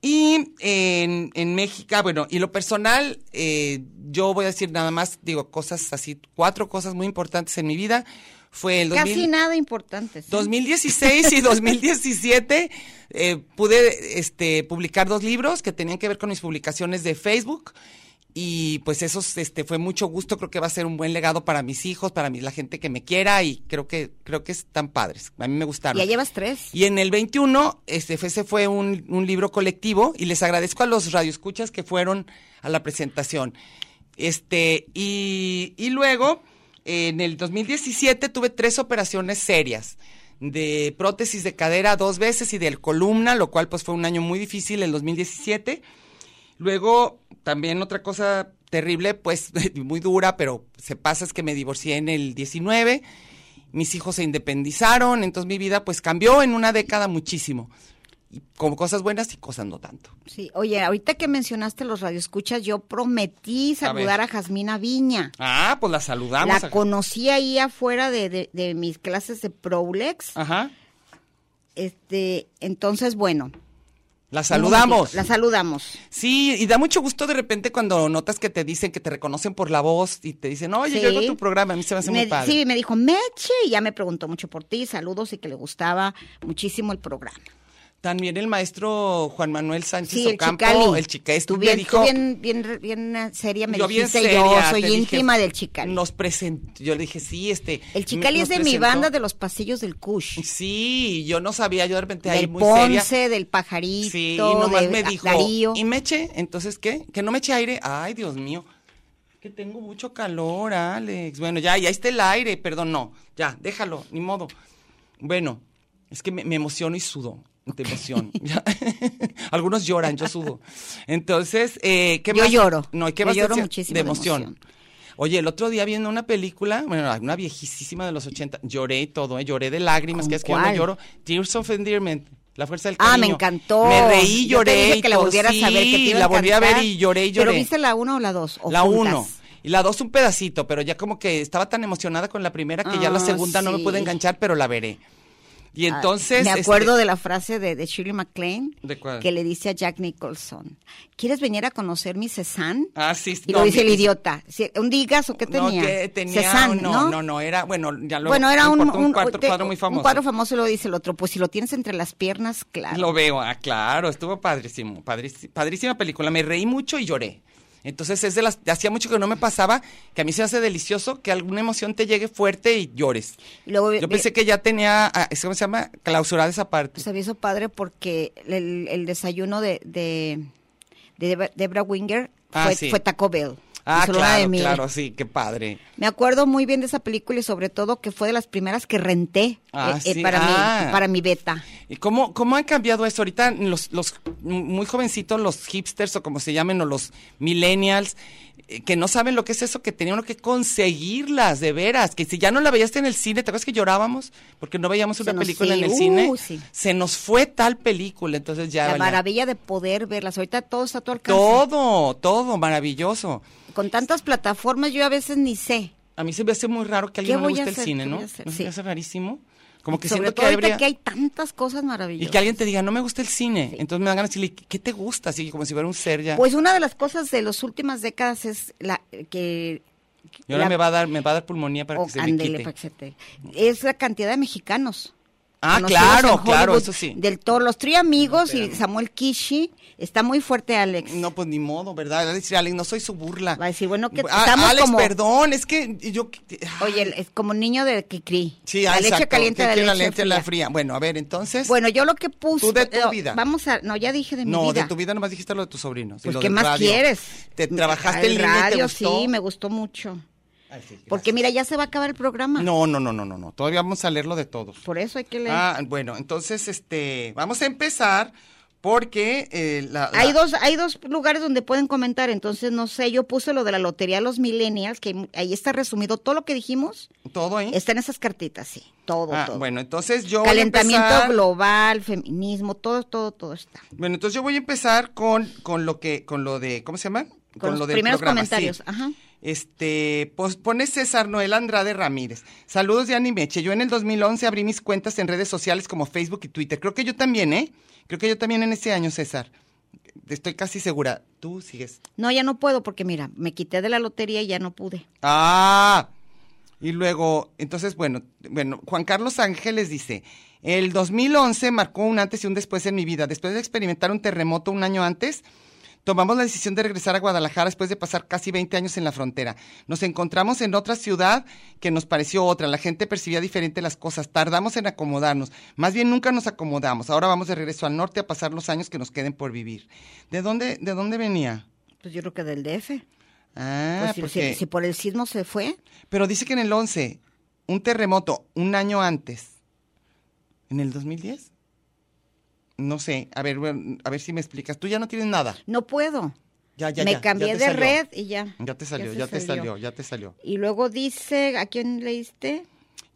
[SPEAKER 3] Y en, en México, ah, bueno, y lo personal, eh, yo voy a decir nada más, digo, cosas así, cuatro cosas muy importantes en mi vida. Fue el 2000,
[SPEAKER 1] Casi nada importante. ¿sí?
[SPEAKER 3] 2016 y 2017 eh, pude este, publicar dos libros que tenían que ver con mis publicaciones de Facebook y pues eso este, fue mucho gusto, creo que va a ser un buen legado para mis hijos, para mí, la gente que me quiera y creo que, creo que están padres, a mí me gustaron.
[SPEAKER 1] Ya llevas tres.
[SPEAKER 3] Y en el 21, este, fue- ese fue un, un libro colectivo y les agradezco a los radioescuchas que fueron a la presentación. Este, y, y luego, en el 2017 tuve tres operaciones serias de prótesis de cadera dos veces y del columna, lo cual pues fue un año muy difícil el 2017. Luego, también otra cosa terrible, pues muy dura, pero se pasa es que me divorcié en el 19 mis hijos se independizaron, entonces mi vida pues cambió en una década muchísimo. Y con cosas buenas y cosas no tanto.
[SPEAKER 1] Sí, oye, ahorita que mencionaste los radioescuchas, yo prometí saludar a,
[SPEAKER 3] ver.
[SPEAKER 1] Jasmina Viña.
[SPEAKER 3] Ah, pues la saludamos.
[SPEAKER 1] la
[SPEAKER 3] a-
[SPEAKER 1] conocí ahí afuera de, de- de mis
[SPEAKER 3] Ah.
[SPEAKER 1] clases de Prolex.
[SPEAKER 3] Ajá.
[SPEAKER 1] Este, entonces, bueno,
[SPEAKER 3] La saludamos.
[SPEAKER 1] La saludamos.
[SPEAKER 3] Sí, y da mucho gusto de repente cuando notas que te dicen, que te reconocen por la voz y te dicen, oye, yo
[SPEAKER 1] Sí.
[SPEAKER 3] oigo tu programa, a mí se me hace muy padre.
[SPEAKER 1] Sí, me dijo, Meche, y ya me preguntó mucho por ti, saludos y que le gustaba muchísimo el programa.
[SPEAKER 3] También el maestro Juan Manuel Sánchez
[SPEAKER 1] Sí, el
[SPEAKER 3] Ocampo,
[SPEAKER 1] Chicali.
[SPEAKER 3] el chica, este
[SPEAKER 1] Tú
[SPEAKER 3] me
[SPEAKER 1] bien, tú
[SPEAKER 3] dijo,
[SPEAKER 1] bien, bien, bien eh, seria me
[SPEAKER 3] yo bien
[SPEAKER 1] dijiste,
[SPEAKER 3] seria,
[SPEAKER 1] yo
[SPEAKER 3] te
[SPEAKER 1] soy
[SPEAKER 3] dije,
[SPEAKER 1] íntima del Chicali.
[SPEAKER 3] Nos presentó, yo le dije, sí, este.
[SPEAKER 1] el Chicali
[SPEAKER 3] nos
[SPEAKER 1] es de mi
[SPEAKER 3] presentó.
[SPEAKER 1] banda de los pasillos del Kush.
[SPEAKER 3] Sí, yo no sabía, yo de repente ahí
[SPEAKER 1] del
[SPEAKER 3] muy seria.
[SPEAKER 1] Ponce, del Pajarito,
[SPEAKER 3] Sí, y nomás
[SPEAKER 1] de
[SPEAKER 3] me dijo,
[SPEAKER 1] Darío.
[SPEAKER 3] ¿y me eché? Entonces, ¿qué? ¿Que no me eche aire? Ay, Dios mío, que tengo mucho calor, Alex. Bueno, ya, ya está el aire, perdón, no, ya, déjalo, ni modo. Bueno, es que me, me emociono y sudo de emoción. Ya. Algunos lloran, yo sudo. Entonces, eh, ¿qué
[SPEAKER 1] Yo
[SPEAKER 3] más?
[SPEAKER 1] lloro,
[SPEAKER 3] No, ¿y ¿qué
[SPEAKER 1] yo
[SPEAKER 3] más
[SPEAKER 1] lloro
[SPEAKER 3] decía?
[SPEAKER 1] muchísimo
[SPEAKER 3] De
[SPEAKER 1] de
[SPEAKER 3] emoción.
[SPEAKER 1] emoción.
[SPEAKER 3] Oye, el otro día viendo una película, bueno, una viejísima de los 80, lloré y todo, ¿eh? lloré de lágrimas,
[SPEAKER 1] ¿Con
[SPEAKER 3] que es que yo no
[SPEAKER 1] cuál?
[SPEAKER 3] lloro. Tears of Endearment, La Fuerza del
[SPEAKER 1] Ah, me
[SPEAKER 3] cariño.
[SPEAKER 1] encantó.
[SPEAKER 3] Me reí,
[SPEAKER 1] Yo te
[SPEAKER 3] lloré.
[SPEAKER 1] dije
[SPEAKER 3] y
[SPEAKER 1] que la
[SPEAKER 3] todo.
[SPEAKER 1] volvieras a ver, que te
[SPEAKER 3] Sí,
[SPEAKER 1] iba a
[SPEAKER 3] la volví a ver
[SPEAKER 1] encantar.
[SPEAKER 3] y lloré y lloré.
[SPEAKER 1] ¿Pero viste la uno o la dos? ¿O
[SPEAKER 3] la
[SPEAKER 1] juntas?
[SPEAKER 3] uno. Y la dos un pedacito, pero ya como que estaba tan emocionada con la primera que ya la
[SPEAKER 1] Ah,
[SPEAKER 3] segunda no me
[SPEAKER 1] sí.
[SPEAKER 3] pude enganchar, pero la veré. Y
[SPEAKER 1] Ah,
[SPEAKER 3] entonces.
[SPEAKER 1] me acuerdo
[SPEAKER 3] este,
[SPEAKER 1] de la frase de, de Shirley MacLaine
[SPEAKER 3] ¿De cuál?
[SPEAKER 1] que le dice a Jack Nicholson, ¿quieres venir a conocer mi Cézanne?
[SPEAKER 3] Ah, sí,
[SPEAKER 1] Y
[SPEAKER 3] no,
[SPEAKER 1] lo dice el
[SPEAKER 3] mi-
[SPEAKER 1] idiota. Si- ¿Un digas o qué tenía?
[SPEAKER 3] No, que tenía.
[SPEAKER 1] Cézanne,
[SPEAKER 3] no, no, no, era. Bueno, ya lo.
[SPEAKER 1] bueno, era
[SPEAKER 3] no
[SPEAKER 1] un,
[SPEAKER 3] importa,
[SPEAKER 1] un-
[SPEAKER 3] cuadro,
[SPEAKER 1] te-
[SPEAKER 3] cuadro muy famoso.
[SPEAKER 1] Un cuadro famoso y lo dice el otro, pues si lo tienes entre las piernas, claro.
[SPEAKER 3] Lo veo, ah, claro, estuvo padrísimo, padrísimo, padrísima película, me reí mucho y lloré. Entonces es de las, hacía mucho que no me pasaba, que a mí se me hace delicioso que alguna emoción te llegue fuerte y llores.
[SPEAKER 1] Y luego-
[SPEAKER 3] Yo pensé que ya tenía, ah, ¿cómo se llama? Clausurada esa parte.
[SPEAKER 1] pues, Se me hizo padre porque el, el desayuno de, de, de Debra- Debra Winger
[SPEAKER 3] Ah,
[SPEAKER 1] fue,
[SPEAKER 3] sí.
[SPEAKER 1] fue Taco Bell.
[SPEAKER 3] Ah,
[SPEAKER 1] Hizo luna de
[SPEAKER 3] claro,
[SPEAKER 1] miel.
[SPEAKER 3] claro, sí, qué padre.
[SPEAKER 1] Me acuerdo muy bien de esa película y sobre todo que fue de las primeras que renté
[SPEAKER 3] Ah,
[SPEAKER 1] eh, eh,
[SPEAKER 3] sí,
[SPEAKER 1] para,
[SPEAKER 3] ah.
[SPEAKER 1] mi, para mi beta.
[SPEAKER 3] ¿Y cómo, cómo han cambiado eso? Ahorita los, los muy jovencitos, los hipsters o como se llamen, o los millennials, eh, que no saben lo que es eso, que tenían uno que conseguirlas, de veras, que si ya no la veías en el cine, ¿te acuerdas que llorábamos? Porque no veíamos
[SPEAKER 1] Se
[SPEAKER 3] una
[SPEAKER 1] nos-
[SPEAKER 3] película
[SPEAKER 1] sí,
[SPEAKER 3] en el
[SPEAKER 1] uh,
[SPEAKER 3] cine.
[SPEAKER 1] sí.
[SPEAKER 3] Se nos fue tal película, entonces ya...
[SPEAKER 1] La
[SPEAKER 3] valía.
[SPEAKER 1] maravilla de poder verlas. Ahorita todo está a tu alcance.
[SPEAKER 3] Todo, todo, maravilloso.
[SPEAKER 1] Con tantas plataformas yo a veces ni sé.
[SPEAKER 3] A mí se me hace muy raro que a
[SPEAKER 1] ¿Qué
[SPEAKER 3] alguien no le
[SPEAKER 1] voy a
[SPEAKER 3] guste el
[SPEAKER 1] hacer?
[SPEAKER 3] cine,
[SPEAKER 1] ¿Qué
[SPEAKER 3] ¿no?
[SPEAKER 1] voy a hacer?
[SPEAKER 3] ¿No se
[SPEAKER 1] Sí.
[SPEAKER 3] te hace rarísimo. Como que
[SPEAKER 1] sobre
[SPEAKER 3] siento
[SPEAKER 1] todo
[SPEAKER 3] que
[SPEAKER 1] ahorita
[SPEAKER 3] habría...
[SPEAKER 1] que hay tantas cosas
[SPEAKER 3] Y
[SPEAKER 1] maravillosas.
[SPEAKER 3] que alguien te diga, no me gusta el cine. Entonces me dan ganas de decirle, ¿qué te gusta? Así como si fuera un ser ya.
[SPEAKER 1] Pues una de las cosas de las últimas décadas es la que...
[SPEAKER 3] y ahora
[SPEAKER 1] la-
[SPEAKER 3] me, va a dar, me va a dar pulmonía para
[SPEAKER 1] Oh,
[SPEAKER 3] que se
[SPEAKER 1] ándele,
[SPEAKER 3] me quite.
[SPEAKER 1] para que se te- Es la cantidad de mexicanos.
[SPEAKER 3] Ah,
[SPEAKER 1] conocidos en
[SPEAKER 3] claro,
[SPEAKER 1] Hollywood,
[SPEAKER 3] claro, eso sí.
[SPEAKER 1] Del todo, los tres amigos y Samuel Kishi. Está muy fuerte, Alex.
[SPEAKER 3] No, pues ni modo, ¿verdad? Va a decir, Alex, no soy su burla.
[SPEAKER 1] Va a decir, bueno, que
[SPEAKER 3] Ah,
[SPEAKER 1] estamos
[SPEAKER 3] Alex,
[SPEAKER 1] como-
[SPEAKER 3] perdón, es que yo...
[SPEAKER 1] Oye, el- es como niño de Kikri.
[SPEAKER 3] Sí,
[SPEAKER 1] la
[SPEAKER 3] ah,
[SPEAKER 1] leche
[SPEAKER 3] exacto,
[SPEAKER 1] caliente,
[SPEAKER 3] que tiene
[SPEAKER 1] la leche,
[SPEAKER 3] la leche
[SPEAKER 1] fría.
[SPEAKER 3] la fría. Bueno, a ver, entonces...
[SPEAKER 1] Bueno, yo lo que puse.
[SPEAKER 3] Tú de tu
[SPEAKER 1] eh,
[SPEAKER 3] vida.
[SPEAKER 1] Vamos a. No, ya dije de mi
[SPEAKER 3] no,
[SPEAKER 1] vida.
[SPEAKER 3] de tu vida nomás dijiste lo de tus sobrinos. y
[SPEAKER 1] Pues,
[SPEAKER 3] lo
[SPEAKER 1] ¿qué
[SPEAKER 3] del
[SPEAKER 1] más
[SPEAKER 3] radio.
[SPEAKER 1] quieres?
[SPEAKER 3] Te trabajaste
[SPEAKER 1] Al
[SPEAKER 3] en línea y te
[SPEAKER 1] radio,
[SPEAKER 3] gustó.
[SPEAKER 1] Sí, me gustó mucho.
[SPEAKER 3] Ay, sí,
[SPEAKER 1] Porque mira, ya se va a acabar el programa.
[SPEAKER 3] No, no, no, no, no, no. Todavía vamos a leer lo de todos.
[SPEAKER 1] Por eso hay que leer.
[SPEAKER 3] Ah, bueno, entonces, este, vamos a empezar porque eh, la, la-
[SPEAKER 1] Hay dos, hay dos lugares donde pueden comentar, entonces no sé, yo puse lo de la lotería de los millennials, que mu- ahí está resumido todo lo que dijimos,
[SPEAKER 3] todo ¿eh? ahí.
[SPEAKER 1] está en esas cartitas, sí, todo,
[SPEAKER 3] Ah,
[SPEAKER 1] todo.
[SPEAKER 3] bueno, entonces yo voy a
[SPEAKER 1] Calentamiento
[SPEAKER 3] empezar-
[SPEAKER 1] global, feminismo, todo, todo, todo está.
[SPEAKER 3] Bueno, entonces yo voy a empezar con, con lo que, con lo de, ¿cómo se llama?
[SPEAKER 1] Con los primeros comentarios, ajá.
[SPEAKER 3] Este, pues pone César Noel Andrade Ramírez. Saludos de Ani Meche. Yo en el 2011 abrí mis cuentas en redes sociales como Facebook y Twitter. Creo que yo también, ¿eh? Creo que yo también en ese año, César. Estoy casi segura. Tú sigues.
[SPEAKER 1] No, ya no puedo porque mira, me quité de la lotería y ya no pude.
[SPEAKER 3] Ah. Y luego, entonces, bueno, bueno, Juan Carlos Ángeles dice, el 2011 marcó un antes y un después en mi vida. Después de experimentar un terremoto un año antes, tomamos la decisión de regresar a Guadalajara después de pasar casi 20 años en la frontera. Nos encontramos en otra ciudad que nos pareció otra. La gente percibía diferente las cosas. Tardamos en acomodarnos. Más bien nunca nos acomodamos. Ahora vamos de regreso al norte a pasar los años que nos queden por vivir. ¿De dónde, de dónde venía?
[SPEAKER 1] Pues yo creo que del DF.
[SPEAKER 3] Ah,
[SPEAKER 1] Pues si-
[SPEAKER 3] porque...
[SPEAKER 1] si, si por el sismo se fue,
[SPEAKER 3] Pero dice que en el 11, un terremoto, un año antes. ¿En el 2010? No sé, a ver, bueno, a ver si me explicas. Tú ya no tienes nada.
[SPEAKER 1] no puedo.
[SPEAKER 3] Ya, Ah, ya,
[SPEAKER 1] me
[SPEAKER 3] ya, ya
[SPEAKER 1] cambié
[SPEAKER 3] te
[SPEAKER 1] de
[SPEAKER 3] salió.
[SPEAKER 1] red y ya.
[SPEAKER 3] Ya te salió,
[SPEAKER 1] se
[SPEAKER 3] ya, te salió, ya te salió.
[SPEAKER 1] Y luego dice, ¿a quién leíste?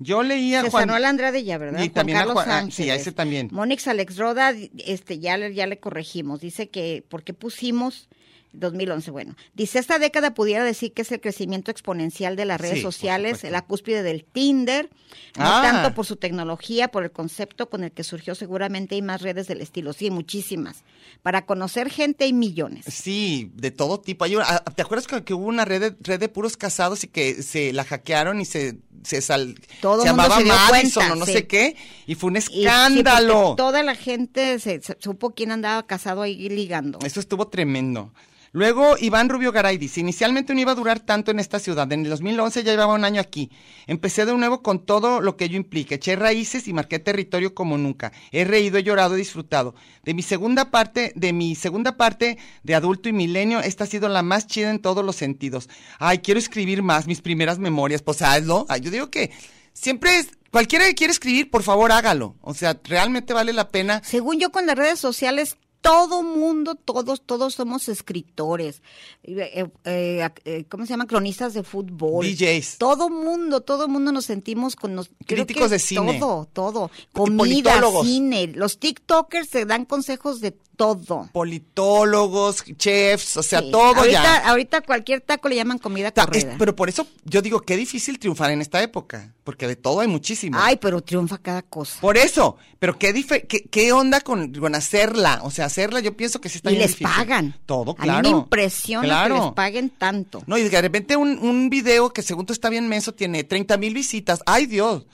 [SPEAKER 3] Yo leía
[SPEAKER 1] César
[SPEAKER 3] Juan
[SPEAKER 1] Noel Andrade ya, ¿verdad?
[SPEAKER 3] Y también a
[SPEAKER 1] Juan Carlos
[SPEAKER 3] Juan- ah,
[SPEAKER 1] Ángeles.
[SPEAKER 3] sí, a ese también.
[SPEAKER 1] Mónix Alex Roda, este, ya, le- ya le corregimos. Dice que, ¿por qué pusimos 2011, bueno. Dice, esta década pudiera decir que es el crecimiento exponencial de las redes
[SPEAKER 3] Sí, por
[SPEAKER 1] sociales,
[SPEAKER 3] supuesto.
[SPEAKER 1] la cúspide del Tinder, no
[SPEAKER 3] Ah.
[SPEAKER 1] tanto por su tecnología, por el concepto con el que surgió seguramente hay más redes del estilo, sí, muchísimas. Para conocer gente hay millones.
[SPEAKER 3] Sí, de todo tipo. Hay una- ah, ¿Te acuerdas que, que hubo una red de, red de puros casados y que se la hackearon y se, se sal-
[SPEAKER 1] Todo
[SPEAKER 3] se
[SPEAKER 1] mundo
[SPEAKER 3] llamaba
[SPEAKER 1] se dio
[SPEAKER 3] Madison
[SPEAKER 1] cuenta,
[SPEAKER 3] o no
[SPEAKER 1] sí.
[SPEAKER 3] sé qué? Y fue un
[SPEAKER 1] Y sí, porque
[SPEAKER 3] escándalo.
[SPEAKER 1] toda la gente se, se- supo quién andaba casado ahí ligando.
[SPEAKER 3] Eso estuvo tremendo. Luego, Iván Rubio Garay dice, inicialmente no iba a durar tanto en esta ciudad. En el 2011 ya llevaba un año aquí. Empecé de nuevo con todo lo que ello implica. Eché raíces y marqué territorio como nunca. He reído, he llorado, he disfrutado. De mi segunda parte, de mi segunda parte de adulto y milenio, esta ha sido la más chida en todos los sentidos. Ay, quiero escribir más, mis primeras memorias. Pues hazlo. Ay, yo digo que siempre es, cualquiera que quiera escribir, por favor hágalo. O sea, realmente vale la pena
[SPEAKER 1] Según yo con las redes sociales, todo mundo, todos, todos somos escritores, eh, eh, ac- eh, ¿cómo se llama? Cronistas de fútbol.
[SPEAKER 3] DJs.
[SPEAKER 1] Todo mundo, todo mundo nos sentimos con los creo
[SPEAKER 3] Críticos
[SPEAKER 1] que
[SPEAKER 3] de cine.
[SPEAKER 1] Todo, todo.
[SPEAKER 3] Y
[SPEAKER 1] Comida,
[SPEAKER 3] politólogos.
[SPEAKER 1] cine. Los TikTokers se dan consejos de todo.
[SPEAKER 3] politólogos, chefs, o sea,
[SPEAKER 1] Sí.
[SPEAKER 3] todo
[SPEAKER 1] ahorita,
[SPEAKER 3] ya.
[SPEAKER 1] Ahorita cualquier taco le llaman comida
[SPEAKER 3] Ta- es-
[SPEAKER 1] corrida.
[SPEAKER 3] pero por eso yo digo, qué difícil triunfar en esta época, porque de todo hay muchísimo.
[SPEAKER 1] Ay, pero triunfa cada cosa.
[SPEAKER 3] Por eso, pero qué, dife- qué, qué onda con, con hacerla, o sea, hacerla yo pienso que sí está
[SPEAKER 1] Y
[SPEAKER 3] bien
[SPEAKER 1] les
[SPEAKER 3] difícil.
[SPEAKER 1] pagan.
[SPEAKER 3] Todo,
[SPEAKER 1] A mí
[SPEAKER 3] claro.
[SPEAKER 1] me impresiona
[SPEAKER 3] Claro.
[SPEAKER 1] que les paguen tanto.
[SPEAKER 3] No, y de repente un, un video que según tú está bien menso tiene 30 mil visitas. ¡Ay, Dios!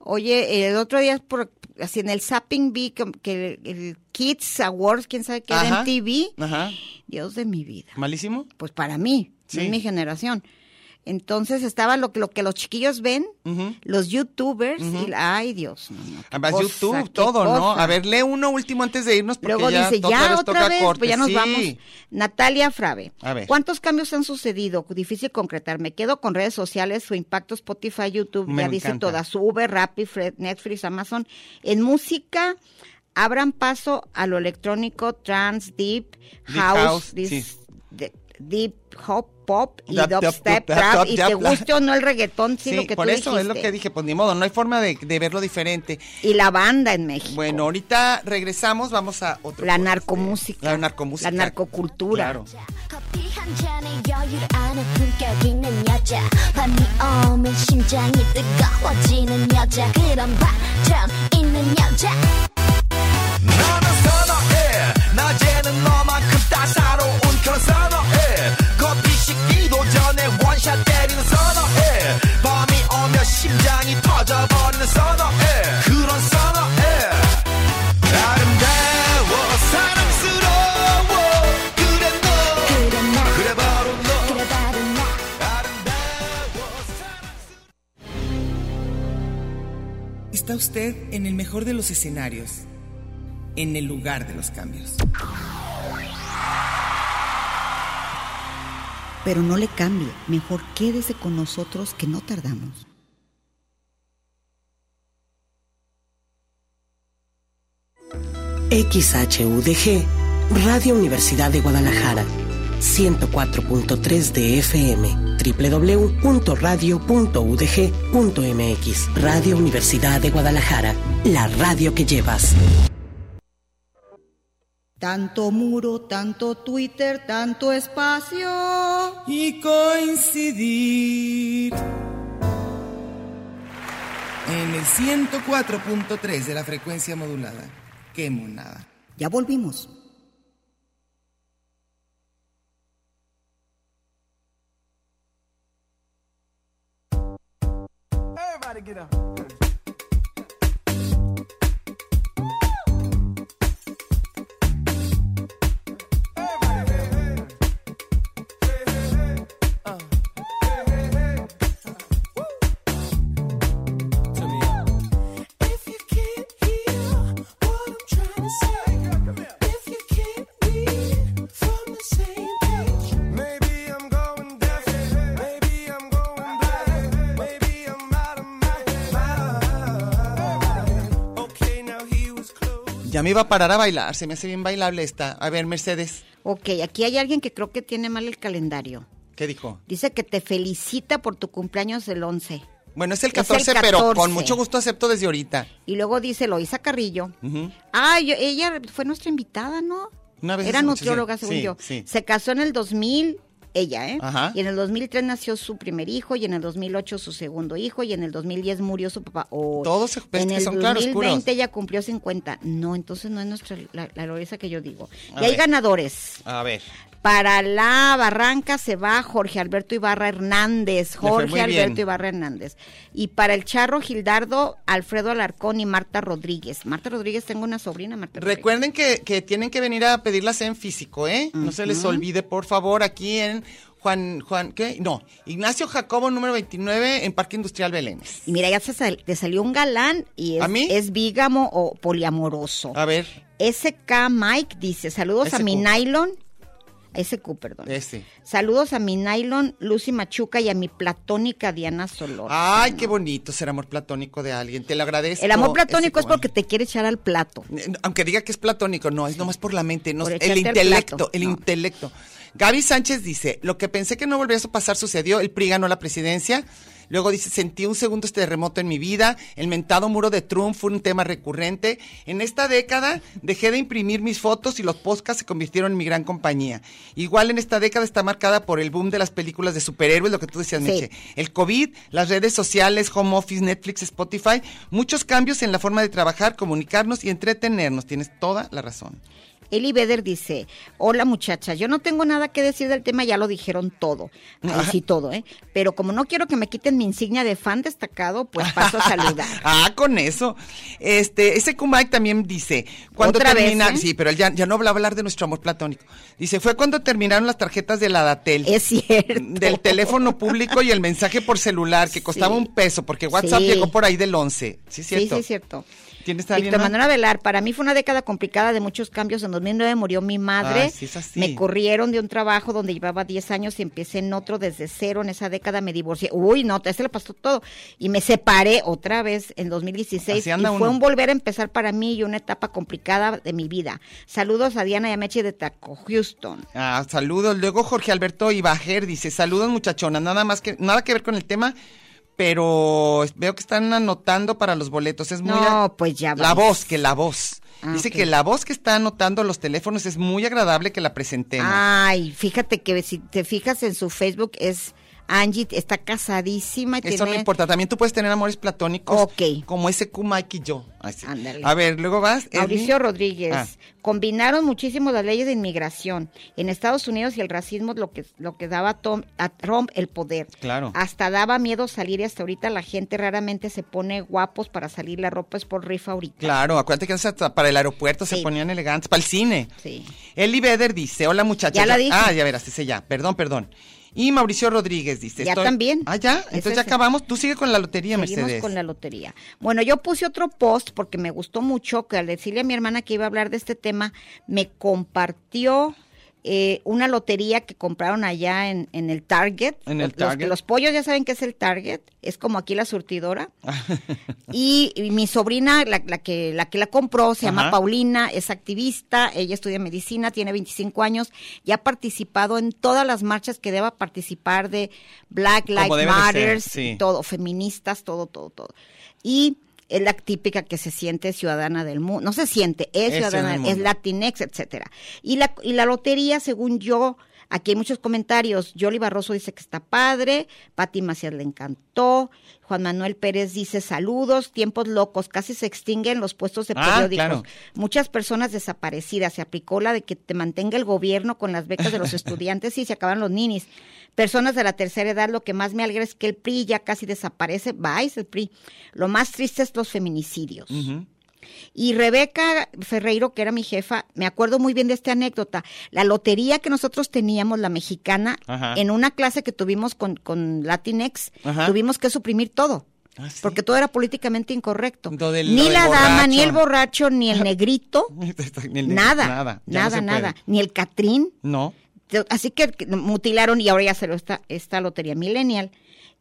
[SPEAKER 1] Oye, el otro día, por, así en el Zapping vi que, que el, el Kids Awards, quién sabe qué, era
[SPEAKER 3] Ajá.
[SPEAKER 1] en TV.
[SPEAKER 3] Ajá.
[SPEAKER 1] Dios de mi vida.
[SPEAKER 3] ¿Malísimo?
[SPEAKER 1] Pues para mí,
[SPEAKER 3] Sí.
[SPEAKER 1] no es mi generación. Entonces estaba lo, que- lo que los chiquillos ven,
[SPEAKER 3] Ujú.
[SPEAKER 1] los YouTubers, y la- ay Dios. no, no, qué
[SPEAKER 3] Además,
[SPEAKER 1] cosa,
[SPEAKER 3] YouTube,
[SPEAKER 1] qué
[SPEAKER 3] todo, ¿no?
[SPEAKER 1] cosa.
[SPEAKER 3] A ver, lee uno último antes de irnos porque
[SPEAKER 1] Luego
[SPEAKER 3] ya,
[SPEAKER 1] dice,
[SPEAKER 3] to-
[SPEAKER 1] ya otra
[SPEAKER 3] toca
[SPEAKER 1] vez,
[SPEAKER 3] corte.
[SPEAKER 1] pues ya nos
[SPEAKER 3] Sí.
[SPEAKER 1] vamos. Natalia Frave,
[SPEAKER 3] A ver.
[SPEAKER 1] ¿cuántos cambios han sucedido? Difícil concretar. Me quedo con redes sociales, su impacto, Spotify, YouTube,
[SPEAKER 3] Me
[SPEAKER 1] ya dice
[SPEAKER 3] encanta.
[SPEAKER 1] todas, Uber, Rappi, Fred, Netflix, Amazon. En música, abran paso a lo electrónico, trans, deep,
[SPEAKER 3] Deep
[SPEAKER 1] house,
[SPEAKER 3] house,
[SPEAKER 1] dis-
[SPEAKER 3] sí.
[SPEAKER 1] de- deep hop, pop y
[SPEAKER 3] Dap, dap,
[SPEAKER 1] dubstep,
[SPEAKER 3] dap,
[SPEAKER 1] trap,
[SPEAKER 3] dap,
[SPEAKER 1] y
[SPEAKER 3] dap,
[SPEAKER 1] te
[SPEAKER 3] la-
[SPEAKER 1] guste o no el reggaetón, sí,
[SPEAKER 3] Sí,
[SPEAKER 1] lo que
[SPEAKER 3] por
[SPEAKER 1] tú
[SPEAKER 3] eso es lo que
[SPEAKER 1] dijiste.
[SPEAKER 3] dije, pues ni modo, no hay forma de, de verlo diferente.
[SPEAKER 1] Y la banda en México.
[SPEAKER 3] Bueno, ahorita regresamos, vamos a otro.
[SPEAKER 1] la
[SPEAKER 3] corte.
[SPEAKER 1] narcomúsica.
[SPEAKER 3] La narcomúsica.
[SPEAKER 1] La narcocultura.
[SPEAKER 3] Claro.
[SPEAKER 7] 커피 한 잔에 여유를 아는 품격 있는 여자 밤이 오면 심장이 뜨거워지는 여자 그런 반전 있는 여자
[SPEAKER 4] 너는 선어해 낮에는 너만큼 따사로운 그런 선어해 커피 식기도 전에 원샷 때리는 선어해 밤이 오면 심장이 터져버리는 선어해 그런 선어해 아름다워 사랑스러워 그래 너
[SPEAKER 7] 그래 나
[SPEAKER 4] 그래 바로 너
[SPEAKER 7] 그래 바로 나
[SPEAKER 4] 아름다워 사랑스러워
[SPEAKER 6] Está usted en el mejor de los escenarios, en el lugar de los cambios.
[SPEAKER 1] Pero no le cambie, mejor quédese con nosotros que no tardamos.
[SPEAKER 5] XHUDG, Radio Universidad de Guadalajara, 104.3 de FM, www.radio.udg.mx, Radio Universidad de Guadalajara, la radio que llevas.
[SPEAKER 1] Tanto muro, tanto Twitter, tanto espacio.
[SPEAKER 6] y coincidir. En el 104.3 de la frecuencia modulada. Qué monada.
[SPEAKER 1] Ya volvimos.
[SPEAKER 2] If you can't hear what I'm trying to say, if you can't read from the same page,
[SPEAKER 4] Maybe I'm going deaf. Maybe I'm going blind. Maybe I'm out of my mind. Okay, now he was close.
[SPEAKER 3] Ya me iba a parar a bailar, se me hace bien bailable esta. A ver, Mercedes,
[SPEAKER 1] Ok, aquí hay alguien que creo que tiene mal el calendario.
[SPEAKER 3] ¿qué dijo?
[SPEAKER 1] Dice que te felicita por tu cumpleaños el 11.
[SPEAKER 3] Bueno, es el
[SPEAKER 1] Es el
[SPEAKER 3] 14, pero
[SPEAKER 1] 14.
[SPEAKER 3] con mucho gusto acepto desde ahorita.
[SPEAKER 1] Y luego dice Loisa Carrillo.
[SPEAKER 3] Ujú.
[SPEAKER 1] Ah, yo- ella fue nuestra invitada, ¿no?
[SPEAKER 3] Una vez
[SPEAKER 1] Era
[SPEAKER 3] escuché,
[SPEAKER 1] nutrióloga,
[SPEAKER 3] sí,
[SPEAKER 1] según
[SPEAKER 3] sí,
[SPEAKER 1] yo.
[SPEAKER 3] sí.
[SPEAKER 1] Se casó en el 2000 ella, ¿eh?
[SPEAKER 3] Ajá.
[SPEAKER 1] Y en el 2003 nació su primer hijo, y en el 2008 su segundo hijo, y en el 2010 murió su papá. O
[SPEAKER 3] Todos se- ves
[SPEAKER 1] en
[SPEAKER 3] que
[SPEAKER 1] el
[SPEAKER 3] son
[SPEAKER 1] 2020
[SPEAKER 3] claroscuros.
[SPEAKER 1] ella cumplió 50. No, entonces no es nuestra la, la Loresa que yo digo.
[SPEAKER 3] A
[SPEAKER 1] y hay
[SPEAKER 3] ver.
[SPEAKER 1] ganadores.
[SPEAKER 3] A ver.
[SPEAKER 1] Para la Barranca se va Jorge Alberto Ibarra Hernández.
[SPEAKER 3] fue muy
[SPEAKER 1] Jorge Alberto
[SPEAKER 3] bien.
[SPEAKER 1] Ibarra Hernández. Y para el Charro Gildardo, Alfredo Alarcón y Marta Rodríguez. Marta Rodríguez, tengo una sobrina, Marta Rodríguez.
[SPEAKER 3] Recuerden que, que tienen que venir a pedirlas en físico, ¿eh? No se les olvide, por favor, aquí en Juan, Juan, ¿qué? No, Ignacio Jacobo, número 29, en Parque Industrial Belénes.
[SPEAKER 1] Y mira, ya se sal- te salió un galán y es,
[SPEAKER 3] ¿A mí?
[SPEAKER 1] es bígamo o poliamoroso.
[SPEAKER 3] A ver,
[SPEAKER 1] SK Mike dice, saludos a
[SPEAKER 3] SQ.
[SPEAKER 1] mi nylon. SQ, perdón.
[SPEAKER 3] ese.
[SPEAKER 1] Saludos a mi nylon Lucy Machuca y a mi platónica Diana Solor.
[SPEAKER 3] Ay, qué bonito ser amor platónico de alguien. Te lo agradezco.
[SPEAKER 1] El amor platónico
[SPEAKER 3] ese
[SPEAKER 1] es porque te quiere echar al plato.
[SPEAKER 3] Aunque diga que es platónico, no, es nomás por la mente, no,
[SPEAKER 1] Por
[SPEAKER 3] el
[SPEAKER 1] echarte al
[SPEAKER 3] intelecto,
[SPEAKER 1] plato,
[SPEAKER 3] el
[SPEAKER 1] no.
[SPEAKER 3] intelecto. Gaby Sánchez dice, lo que pensé que no volvería a pasar sucedió, el PRI ganó la presidencia. Luego dice, sentí un segundo este terremoto en mi vida, el mentado muro de Trump fue un tema recurrente. En esta década dejé de imprimir mis fotos y los podcasts se convirtieron en mi gran compañía. Igual en esta década está marcada por el boom de las películas de superhéroes, lo que tú decías,
[SPEAKER 1] Sí.
[SPEAKER 3] Meche. El COVID, las redes sociales, home office, Netflix, Spotify, muchos cambios en la forma de trabajar, comunicarnos y entretenernos. Tienes toda la razón.
[SPEAKER 1] Eli Beder dice, hola muchachas, yo no tengo nada que decir del tema, ya lo dijeron todo, Ay, sí todo, ¿eh? Pero como no quiero que me quiten mi insignia de fan destacado, pues paso a saludar.
[SPEAKER 3] Ah, con eso. Este, ese Kumaik también dice, cuando
[SPEAKER 1] Otra vez,
[SPEAKER 3] termina,
[SPEAKER 1] ¿eh?
[SPEAKER 3] sí, pero él ya, ya no va a hablar de nuestro amor platónico. Dice, fue cuando terminaron las tarjetas de la Datel.
[SPEAKER 1] Es cierto.
[SPEAKER 3] Del teléfono público y el mensaje por celular, que costaba
[SPEAKER 1] Sí.
[SPEAKER 3] un peso, porque WhatsApp
[SPEAKER 1] Sí.
[SPEAKER 3] llegó por ahí del 11. Sí, es
[SPEAKER 1] Sí,
[SPEAKER 3] cierto.
[SPEAKER 1] sí, es cierto.
[SPEAKER 3] ¿Tienes a alguien
[SPEAKER 1] Víctor
[SPEAKER 3] más?
[SPEAKER 1] Manuel Velar, para mí fue una década complicada de muchos cambios. En 2009 murió mi madre.
[SPEAKER 3] Ay, Ah, sí, es así.
[SPEAKER 1] Me corrieron de un trabajo donde llevaba 10 años y empecé en otro desde cero. En esa década me divorcié. Uy, no, te se le pasó todo. Y me separé otra vez en 2016.
[SPEAKER 3] Así
[SPEAKER 1] Y
[SPEAKER 3] anda
[SPEAKER 1] fue
[SPEAKER 3] uno.
[SPEAKER 1] un volver a empezar para mí y una etapa complicada de mi vida. Saludos a Diana y a Meche de Taco, Houston.
[SPEAKER 3] Ah, saludos. Luego Jorge Alberto Ibajer dice, saludos muchachona, nada más que, nada que ver con el tema, pero veo que están anotando para los boletos. Es muy
[SPEAKER 1] No,
[SPEAKER 3] a-
[SPEAKER 1] pues ya
[SPEAKER 3] La
[SPEAKER 1] vamos.
[SPEAKER 3] voz, que la voz.
[SPEAKER 1] Ah,
[SPEAKER 3] dice
[SPEAKER 1] ok.
[SPEAKER 3] que la voz que está anotando los teléfonos es muy agradable que la presentemos.
[SPEAKER 1] Ay, fíjate que si te fijas en su Facebook es Angie, está casadísima y
[SPEAKER 3] Eso no
[SPEAKER 1] tiene-
[SPEAKER 3] importa. También tú puedes tener amores platónicos.
[SPEAKER 1] Ok.
[SPEAKER 3] Como ese Q Mike y yo. Ay, sí.
[SPEAKER 1] Ándale.
[SPEAKER 3] A ver, luego vas. Edwin.
[SPEAKER 1] Mauricio Rodríguez.
[SPEAKER 3] Ah.
[SPEAKER 1] Combinaron muchísimo las leyes de inmigración en Estados Unidos y el racismo lo que, lo que daba a, Tom- a Trump el poder.
[SPEAKER 3] Claro.
[SPEAKER 1] Hasta daba miedo salir y hasta ahorita la gente raramente se pone guapos para salir. La ropa es por rifa ahorita.
[SPEAKER 3] Claro, acuérdate que hasta para el aeropuerto se
[SPEAKER 1] Sí.
[SPEAKER 3] ponían elegantes, para el cine.
[SPEAKER 1] Sí.
[SPEAKER 3] Eli Beder dice, hola muchachos.
[SPEAKER 1] Ya la dije.
[SPEAKER 3] Ah, ya verás, ese ya, perdón, perdón. Y Mauricio Rodríguez dice.
[SPEAKER 1] Ya también.
[SPEAKER 3] Ah, ya,
[SPEAKER 1] Es
[SPEAKER 3] entonces ya
[SPEAKER 1] ese.
[SPEAKER 3] acabamos. Tú sigue con la lotería,
[SPEAKER 1] Seguimos
[SPEAKER 3] Mercedes.
[SPEAKER 1] con la lotería. Bueno, yo puse otro post porque me gustó mucho que al decirle a mi hermana que iba a hablar de este tema, me compartió eh, una lotería que compraron allá en, en el Target.
[SPEAKER 3] En el
[SPEAKER 1] Los-
[SPEAKER 3] Target.
[SPEAKER 1] Los, pollos ya saben que es el Target, es como aquí la surtidora. y, y mi sobrina, la, la que, la que la compró, se llama
[SPEAKER 3] Ajá.
[SPEAKER 1] Paulina, es activista, ella estudia medicina, tiene 25 años y ha participado en todas las marchas que deba participar de Black
[SPEAKER 3] Como
[SPEAKER 1] Lives
[SPEAKER 3] debe de ser,
[SPEAKER 1] Matter,
[SPEAKER 3] sí.
[SPEAKER 1] todo, feministas, todo, todo, todo. Y es la típica que se siente ciudadana del mundo, no se siente, es,
[SPEAKER 3] Es ciudadana
[SPEAKER 1] ciudadana,
[SPEAKER 3] del
[SPEAKER 1] es
[SPEAKER 3] mundo.
[SPEAKER 1] latinex, etcétera. Y la, y la lotería, según yo, aquí hay muchos comentarios, Yoli Barroso dice que está padre, Pati Macías le encantó, Juan Manuel Pérez dice saludos, tiempos locos, casi se extinguen los puestos de
[SPEAKER 3] Ah,
[SPEAKER 1] periódicos.
[SPEAKER 3] claro.
[SPEAKER 1] Muchas personas desaparecidas. Se aplicó la de que te mantenga el gobierno con las becas de los estudiantes y se acaban los ninis. Personas de la tercera edad, lo que más me alegra es que el PRI ya casi desaparece. Vais el PRI. Lo más triste es los feminicidios. Y Rebeca Ferreiro, que era mi jefa, me acuerdo muy bien de esta anécdota. La lotería que nosotros teníamos, la mexicana,
[SPEAKER 3] Ajá.
[SPEAKER 1] en una clase que tuvimos con, con Latinex,
[SPEAKER 3] Ajá.
[SPEAKER 1] tuvimos que suprimir todo.
[SPEAKER 3] Ah, ¿sí?
[SPEAKER 1] Porque todo era políticamente incorrecto.
[SPEAKER 3] Lo del- lo
[SPEAKER 1] ni
[SPEAKER 3] del
[SPEAKER 1] la dama,
[SPEAKER 3] borracho.
[SPEAKER 1] ni el borracho, ni el negrito,
[SPEAKER 3] Ni el-
[SPEAKER 1] nada,
[SPEAKER 3] Nada,
[SPEAKER 1] nada,
[SPEAKER 3] ya no
[SPEAKER 1] nada,
[SPEAKER 3] se puede.
[SPEAKER 1] ni el catrín.
[SPEAKER 3] No.
[SPEAKER 1] Te- Así que que mutilaron y ahora ya se lo está esta lotería millennial.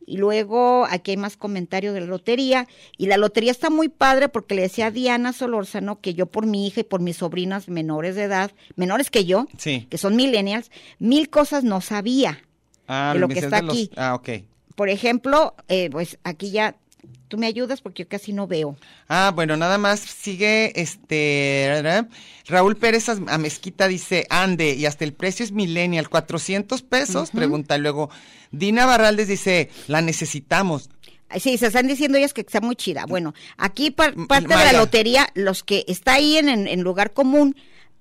[SPEAKER 1] Y luego aquí hay más comentarios de la lotería. Y la lotería está muy padre porque le decía a Diana Solórzano que yo por mi hija y por mis sobrinas menores de edad, menores que yo,
[SPEAKER 3] Sí.
[SPEAKER 1] que son millennials, mil cosas no sabía.
[SPEAKER 3] Ah,
[SPEAKER 1] De lo que
[SPEAKER 3] Mercedes
[SPEAKER 1] está
[SPEAKER 3] de los-
[SPEAKER 1] aquí.
[SPEAKER 3] Ah, ok.
[SPEAKER 1] Por ejemplo, eh, pues aquí ya Tú me ayudas porque yo casi no veo.
[SPEAKER 3] Ah, bueno, nada más sigue este ra- Raúl Pérez As- Amezquita dice, ande, y hasta el precio es millennial, 400 pesos, pregunta luego. Dina Barraldes dice, la necesitamos.
[SPEAKER 1] Ay, Sí, se están diciendo ellas que está muy chida. Bueno, aquí par-
[SPEAKER 3] M-
[SPEAKER 1] parte de la
[SPEAKER 3] Mayra.
[SPEAKER 1] lotería, los que está ahí en, en- en lugar común,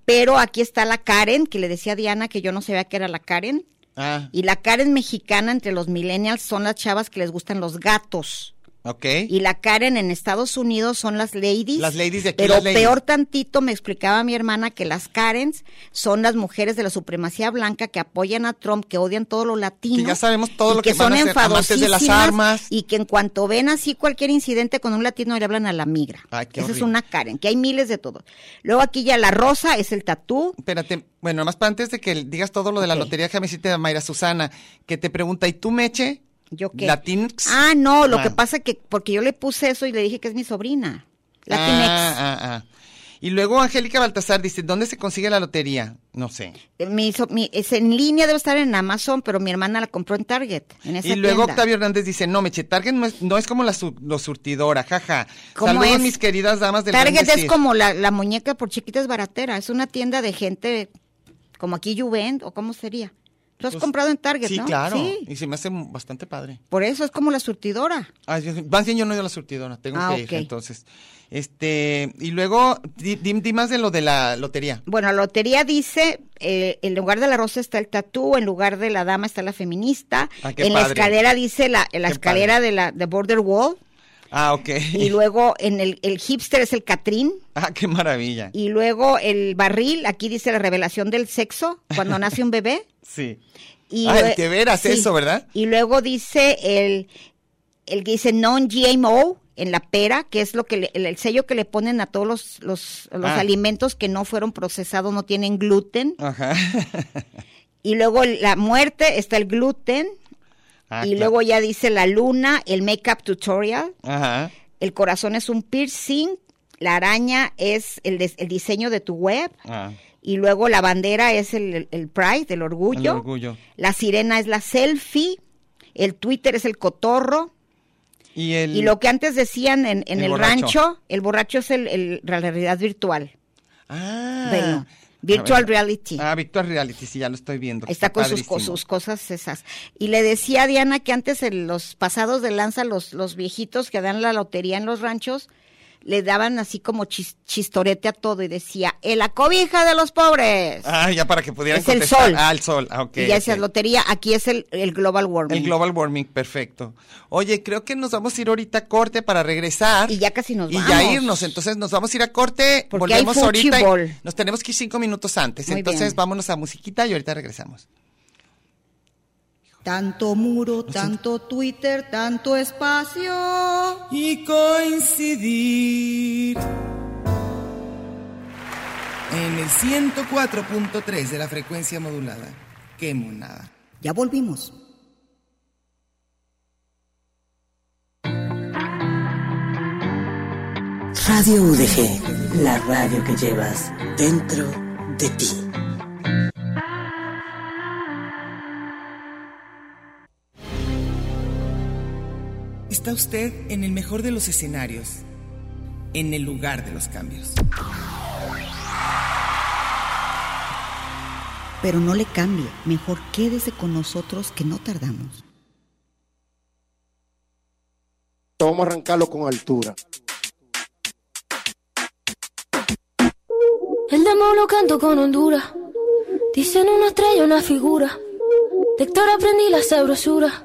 [SPEAKER 1] pero aquí está la Karen, que le decía a Diana que yo no sabía que era la Karen.
[SPEAKER 3] Ah,
[SPEAKER 1] Y la Karen mexicana entre los millennials son las chavas que les gustan los gatos.
[SPEAKER 3] ok.
[SPEAKER 1] Y la Karen en Estados Unidos son las ladies.
[SPEAKER 3] Las ladies de aquí,
[SPEAKER 1] Pero
[SPEAKER 3] las ladies.
[SPEAKER 1] peor tantito me explicaba mi hermana que las Karens son las mujeres de la supremacía blanca que apoyan a Trump, que odian todo lo latino.
[SPEAKER 3] Que ya sabemos todo
[SPEAKER 1] y
[SPEAKER 3] lo que van a hacer, amantes de las
[SPEAKER 1] enfadosísimas
[SPEAKER 3] armas.
[SPEAKER 1] Y que en cuanto ven así cualquier incidente con un latino le hablan a la migra.
[SPEAKER 3] Ay, qué
[SPEAKER 1] Esa es
[SPEAKER 3] horrible.
[SPEAKER 1] una Karen, que hay miles de todos. Luego aquí ya la rosa es el tatú.
[SPEAKER 3] Espérate, bueno, nada más para antes de que digas todo lo de la
[SPEAKER 1] Ok.
[SPEAKER 3] lotería que me hiciste Mayra Susana, que te pregunta, ¿y tú, Meche?
[SPEAKER 1] ¿Yo qué?
[SPEAKER 3] Latinx.
[SPEAKER 1] Ah, no, lo
[SPEAKER 3] Ah.
[SPEAKER 1] que pasa que porque yo le puse eso y le dije que es mi sobrina. Latinex.
[SPEAKER 3] Ah, ah, ah. Y luego Angélica Baltasar dice, ¿dónde se consigue la lotería? No sé.
[SPEAKER 1] Mi so- Eh, mi- es en línea, debe estar en Amazon, pero mi hermana la compró en Target. En esa
[SPEAKER 3] Y luego
[SPEAKER 1] tienda.
[SPEAKER 3] Octavio Hernández dice, no, Meche, Target no es, no es como la, su- lo surtidora, jaja.
[SPEAKER 1] ¿Cómo
[SPEAKER 3] Saludos,
[SPEAKER 1] es?
[SPEAKER 3] mis queridas damas del buen
[SPEAKER 1] Target es
[SPEAKER 3] decir.
[SPEAKER 1] como la, la muñeca por chiquitas baratera. Es una tienda de gente como aquí Juvent o cómo sería. Lo has
[SPEAKER 3] Pues,
[SPEAKER 1] comprado en Target,
[SPEAKER 3] Sí,
[SPEAKER 1] ¿no?
[SPEAKER 3] claro.
[SPEAKER 1] Sí.
[SPEAKER 3] Y se me hace bastante padre.
[SPEAKER 1] Por eso es como la surtidora.
[SPEAKER 3] Ay, yo- más bien yo no he ido a la surtidora, tengo
[SPEAKER 1] Ah,
[SPEAKER 3] que
[SPEAKER 1] ok.
[SPEAKER 3] ir, entonces. Este, y luego, di, di- di más de lo de la lotería.
[SPEAKER 1] Bueno, la lotería dice, eh, en lugar de la rosa está el tatú, en lugar de la dama está la feminista.
[SPEAKER 3] Ah, qué
[SPEAKER 1] en la
[SPEAKER 3] padre.
[SPEAKER 1] escalera dice la, en la
[SPEAKER 3] Qué
[SPEAKER 1] escalera de la de Border Wall.
[SPEAKER 3] Ah, ok.
[SPEAKER 1] Y luego en el, el hipster es el Catrín.
[SPEAKER 3] Ah, qué maravilla.
[SPEAKER 1] Y luego el barril, aquí dice la revelación del sexo cuando nace un bebé.
[SPEAKER 3] Sí.
[SPEAKER 1] Y
[SPEAKER 3] Ah, el
[SPEAKER 1] lue-
[SPEAKER 3] que veras eso, ¿verdad?
[SPEAKER 1] Y luego dice el, el que dice non-GMO en la pera, que es lo que le- el, el sello que le ponen a todos los, los, los
[SPEAKER 3] Ah.
[SPEAKER 1] alimentos que no fueron procesados, no tienen gluten.
[SPEAKER 3] Ajá.
[SPEAKER 1] Y luego la muerte, está el gluten.
[SPEAKER 3] Ah,
[SPEAKER 1] y
[SPEAKER 3] claro.
[SPEAKER 1] luego ya dice la luna, el make-up tutorial.
[SPEAKER 3] Ajá.
[SPEAKER 1] El corazón es un piercing. La araña es el, des- el diseño de tu web.
[SPEAKER 3] Ah,
[SPEAKER 1] Y luego la bandera es el, el- el pride, el orgullo.
[SPEAKER 3] el orgullo.
[SPEAKER 1] La sirena es la selfie. El Twitter es el cotorro.
[SPEAKER 3] Y el...
[SPEAKER 1] Y lo que antes decían en, en
[SPEAKER 3] el
[SPEAKER 1] el,
[SPEAKER 3] borracho.
[SPEAKER 1] rancho, el borracho es el, el- la realidad virtual.
[SPEAKER 3] Ah.
[SPEAKER 1] Bueno,
[SPEAKER 3] A
[SPEAKER 1] virtual
[SPEAKER 3] ver.
[SPEAKER 1] reality.
[SPEAKER 3] Ah, Virtual Reality, sí, ya lo estoy viendo.
[SPEAKER 1] Ahí está con sus, co-
[SPEAKER 3] padrísimo.
[SPEAKER 1] sus cosas esas. Y le decía a Diana que antes en los pasados de lanza, los, los viejitos que dan la lotería en los ranchos, le daban así como chis- chistorete a todo y decía, "Eh, la cobija de los pobres.
[SPEAKER 3] Ah, ya para que pudieran
[SPEAKER 1] Es el
[SPEAKER 3] contestar.
[SPEAKER 1] sol.
[SPEAKER 3] Ah, el sol. Ah, ok.
[SPEAKER 1] y
[SPEAKER 3] ok.
[SPEAKER 1] ya decía, lotería, aquí es el, el global warming.
[SPEAKER 3] El global warming, perfecto. Oye, creo que nos vamos a ir ahorita a corte para regresar.
[SPEAKER 1] Y ya casi nos
[SPEAKER 3] y
[SPEAKER 1] vamos.
[SPEAKER 3] ya irnos. Entonces nos vamos a ir a corte.
[SPEAKER 1] Porque hay
[SPEAKER 3] volvemos ahorita. y
[SPEAKER 1] fuchibol.
[SPEAKER 3] Nos tenemos que ir cinco minutos antes.
[SPEAKER 1] Muy
[SPEAKER 3] Entonces
[SPEAKER 1] bien.
[SPEAKER 3] vámonos a musiquita y ahorita regresamos.
[SPEAKER 8] Tanto muro, tanto Twitter, tanto espacio.
[SPEAKER 4] y coincidir.
[SPEAKER 6] En el 104.3 de la frecuencia modulada. Qué monada.
[SPEAKER 8] Ya volvimos.
[SPEAKER 5] Radio UDG, la radio que llevas dentro de ti.
[SPEAKER 6] Está usted en el mejor de los escenarios, en el lugar de los cambios.
[SPEAKER 8] Pero no le cambie. Mejor quédese con nosotros que no tardamos.
[SPEAKER 9] Vamos a arrancarlo con altura.
[SPEAKER 7] El demo lo canto con Honduras. Dicen una estrella, una figura. De Héctor aprendí la sabrosura.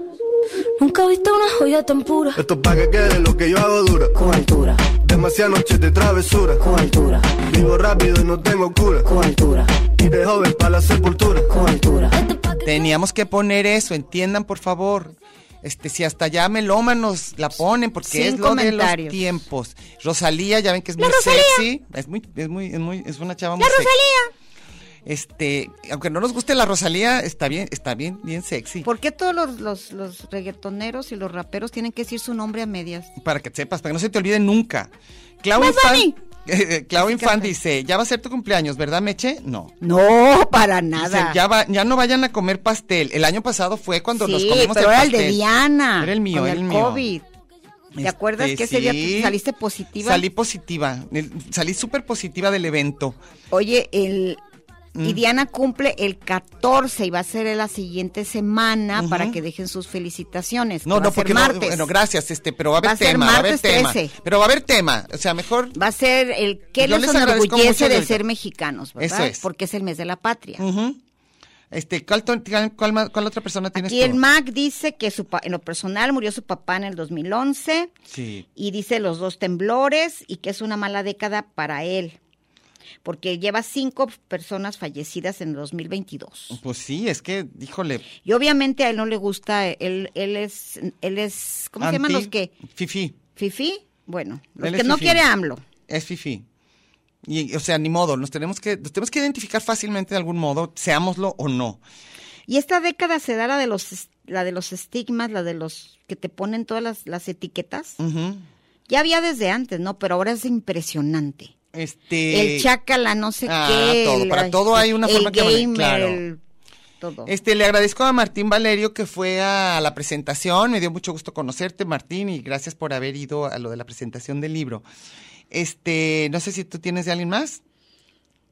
[SPEAKER 7] Nunca he visto una joya tan pura.
[SPEAKER 9] Esto es pa' que quede lo que yo hago dura.
[SPEAKER 5] Con altura,
[SPEAKER 9] Demasiadas noches de travesura.
[SPEAKER 5] con altura,
[SPEAKER 9] Vivo rápido y no tengo cura.
[SPEAKER 5] con altura,
[SPEAKER 9] Y de joven para la sepultura.
[SPEAKER 5] con altura.
[SPEAKER 7] Esto es pa' que
[SPEAKER 3] Teníamos que poner eso, entiendan por favor. Este, si hasta ya melómanos la ponen, porque
[SPEAKER 1] Sin
[SPEAKER 3] es lo de los
[SPEAKER 1] comentarios.
[SPEAKER 3] tiempos. Rosalía, ya ven que es muy sexy. Es muy, es muy, es muy, es una chava muy sexy. Este, aunque no nos guste la Rosalía, está bien, está bien, bien sexy.
[SPEAKER 1] ¿Por qué todos los, los, los reggaetoneros y los raperos tienen que decir su nombre a medias?
[SPEAKER 3] Para que sepas, para que no se te olvide nunca. Clau Infant, Clau Infant dice, ya va a ser tu cumpleaños, ¿verdad, Meche? No.
[SPEAKER 1] No, para
[SPEAKER 3] Dice,
[SPEAKER 1] nada.
[SPEAKER 3] ya, va- ya no vayan a comer pastel. El año pasado fue cuando nos
[SPEAKER 1] sí,
[SPEAKER 3] comimos
[SPEAKER 1] pero
[SPEAKER 3] el
[SPEAKER 1] era el
[SPEAKER 3] pastel.
[SPEAKER 1] de Diana.
[SPEAKER 3] Era el mío,
[SPEAKER 1] con
[SPEAKER 3] era el
[SPEAKER 1] el
[SPEAKER 3] mío.
[SPEAKER 1] COVID. ¿Te acuerdas
[SPEAKER 3] Este,
[SPEAKER 1] que ese día
[SPEAKER 3] sí.
[SPEAKER 1] tú saliste positiva?
[SPEAKER 3] Salí positiva, el- salí súper positiva del evento.
[SPEAKER 1] Oye, el...
[SPEAKER 3] Mm.
[SPEAKER 1] Y Diana cumple el 14 y va a ser en la siguiente semana
[SPEAKER 3] Ujú.
[SPEAKER 1] para que dejen sus felicitaciones. que
[SPEAKER 3] No,
[SPEAKER 1] va a
[SPEAKER 3] no,
[SPEAKER 1] ser
[SPEAKER 3] porque
[SPEAKER 1] martes.
[SPEAKER 3] no, bueno, gracias, este, pero va a haber
[SPEAKER 1] Va a ser
[SPEAKER 3] tema, va a haber
[SPEAKER 1] martes
[SPEAKER 3] tema.
[SPEAKER 1] 13.
[SPEAKER 3] Pero va a haber tema, o sea, mejor
[SPEAKER 1] Va a ser el que
[SPEAKER 3] Yo
[SPEAKER 1] les,
[SPEAKER 3] les agradezco mucho
[SPEAKER 1] enorgullece de
[SPEAKER 3] desde-
[SPEAKER 1] ser mexicanos, ¿verdad?
[SPEAKER 3] Eso es. Mm,
[SPEAKER 1] Porque es el mes de la patria.
[SPEAKER 3] Ujú. Este, ¿cuál, ton- cuál ma- cuál otra persona tienes
[SPEAKER 1] Aquí el
[SPEAKER 3] tú?
[SPEAKER 1] Mac dice que su pa- en lo personal murió su papá en el 2011
[SPEAKER 3] Sí.
[SPEAKER 1] y dice los dos temblores y que es una mala década para él, porque lleva cinco personas fallecidas en 2022.
[SPEAKER 3] Pues sí, es que, híjole.
[SPEAKER 1] Y obviamente a él no le gusta, él, él es, él es, ¿cómo se llaman
[SPEAKER 3] anti-
[SPEAKER 1] los que?
[SPEAKER 3] Fifi.
[SPEAKER 1] ¿Fifi? Bueno, los
[SPEAKER 3] Él
[SPEAKER 1] que
[SPEAKER 3] es
[SPEAKER 1] no
[SPEAKER 3] fifí.
[SPEAKER 1] quiere AMLO.
[SPEAKER 3] Es fifi. Y, o sea, ni modo, nos tenemos que, nos tenemos que identificar fácilmente de algún modo, seámoslo o no.
[SPEAKER 1] Y esta década se da la de los, es- la de los estigmas, la de los que te ponen todas las, las etiquetas.
[SPEAKER 3] Ujú.
[SPEAKER 1] Ya había desde antes, ¿no? Pero ahora es impresionante.
[SPEAKER 3] Este.
[SPEAKER 1] el chacala, no sé
[SPEAKER 3] ah,
[SPEAKER 1] qué.
[SPEAKER 3] todo,
[SPEAKER 1] el-
[SPEAKER 3] para todo hay una
[SPEAKER 1] el
[SPEAKER 3] forma que mane-
[SPEAKER 1] gamer,
[SPEAKER 3] claro.
[SPEAKER 1] el- todo.
[SPEAKER 3] Este, le agradezco a Martín Valerio que fue a la presentación. Me dio mucho gusto conocerte, Martín, y gracias por haber ido a lo de la presentación del libro. Este, no sé si tú tienes de alguien más.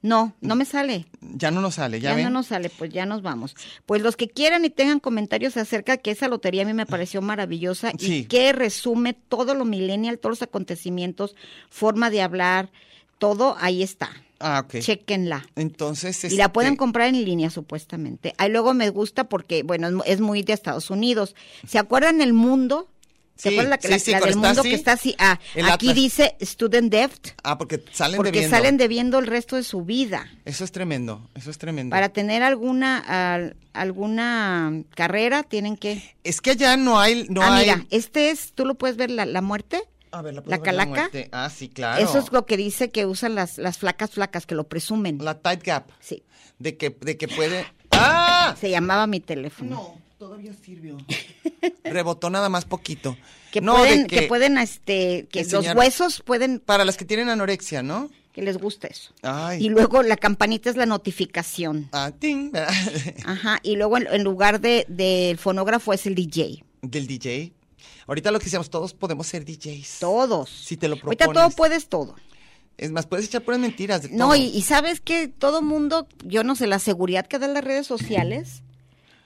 [SPEAKER 1] No, no me sale.
[SPEAKER 3] Ya no nos sale, ya,
[SPEAKER 1] Ya,
[SPEAKER 3] ven.
[SPEAKER 1] no nos sale, pues ya nos vamos. Pues los que quieran y tengan comentarios acerca que esa lotería a mí me pareció maravillosa y
[SPEAKER 3] Sí.
[SPEAKER 1] que resume todo lo millennial, todos los acontecimientos, forma de hablar, todo, ahí está.
[SPEAKER 3] Ah, ok.
[SPEAKER 1] Chequenla.
[SPEAKER 3] Entonces,
[SPEAKER 1] Y la pueden
[SPEAKER 3] este,
[SPEAKER 1] comprar en línea, supuestamente. Ahí luego me gusta porque, bueno, es mu- es muy de Estados Unidos. ¿Se acuerdan el mundo? ¿Se
[SPEAKER 3] Sí,
[SPEAKER 1] acuerdan la, que-
[SPEAKER 3] sí,
[SPEAKER 1] la-
[SPEAKER 3] sí,
[SPEAKER 1] la
[SPEAKER 3] cuando
[SPEAKER 1] del
[SPEAKER 3] está
[SPEAKER 1] mundo
[SPEAKER 3] así,
[SPEAKER 1] que está así? Ah,
[SPEAKER 3] el
[SPEAKER 1] aquí
[SPEAKER 3] Atlas.
[SPEAKER 1] dice student debt,
[SPEAKER 3] Ah, porque salen
[SPEAKER 1] porque
[SPEAKER 3] debiendo.
[SPEAKER 1] salen debiendo el resto de su vida.
[SPEAKER 3] Eso es tremendo, eso es tremendo.
[SPEAKER 1] Para tener alguna al- alguna carrera tienen que...
[SPEAKER 3] Es que allá no hay, no
[SPEAKER 1] ah,
[SPEAKER 3] hay.
[SPEAKER 1] mira, este es, tú lo puedes ver, la, la muerte.
[SPEAKER 3] A ver, la, puedo
[SPEAKER 1] la
[SPEAKER 3] ver
[SPEAKER 1] calaca.
[SPEAKER 3] muerte. Ah, sí, claro.
[SPEAKER 1] Eso es lo que dice que usan las, las flacas flacas, que lo presumen.
[SPEAKER 3] La tight gap,
[SPEAKER 1] Sí,
[SPEAKER 3] de que, de que puede. ¡Ah!
[SPEAKER 1] se llamaba mi teléfono.
[SPEAKER 3] No, todavía sirvió. Rebotó nada más poquito.
[SPEAKER 1] Que,
[SPEAKER 3] No, de
[SPEAKER 1] pueden, que, pueden, este, que los
[SPEAKER 3] enseñar-
[SPEAKER 1] huesos pueden,
[SPEAKER 3] Para las que tienen anorexia, ¿no?
[SPEAKER 1] que les gusta eso.
[SPEAKER 3] Ay.
[SPEAKER 1] Y luego la campanita es la notificación.
[SPEAKER 3] Ah, ting, ¿verdad?
[SPEAKER 1] Ajá, y luego en, en lugar de- del fonógrafo es el DJ.
[SPEAKER 3] Del DJ. Ahorita lo que hicimos, todos podemos ser DJs.
[SPEAKER 1] Todos.
[SPEAKER 3] Si te lo propones.
[SPEAKER 1] Ahorita todo puedes todo.
[SPEAKER 3] Es más, puedes echar puras mentiras de
[SPEAKER 1] No,
[SPEAKER 3] todo.
[SPEAKER 1] y, y sabes que todo mundo, yo no sé, la seguridad que dan las redes sociales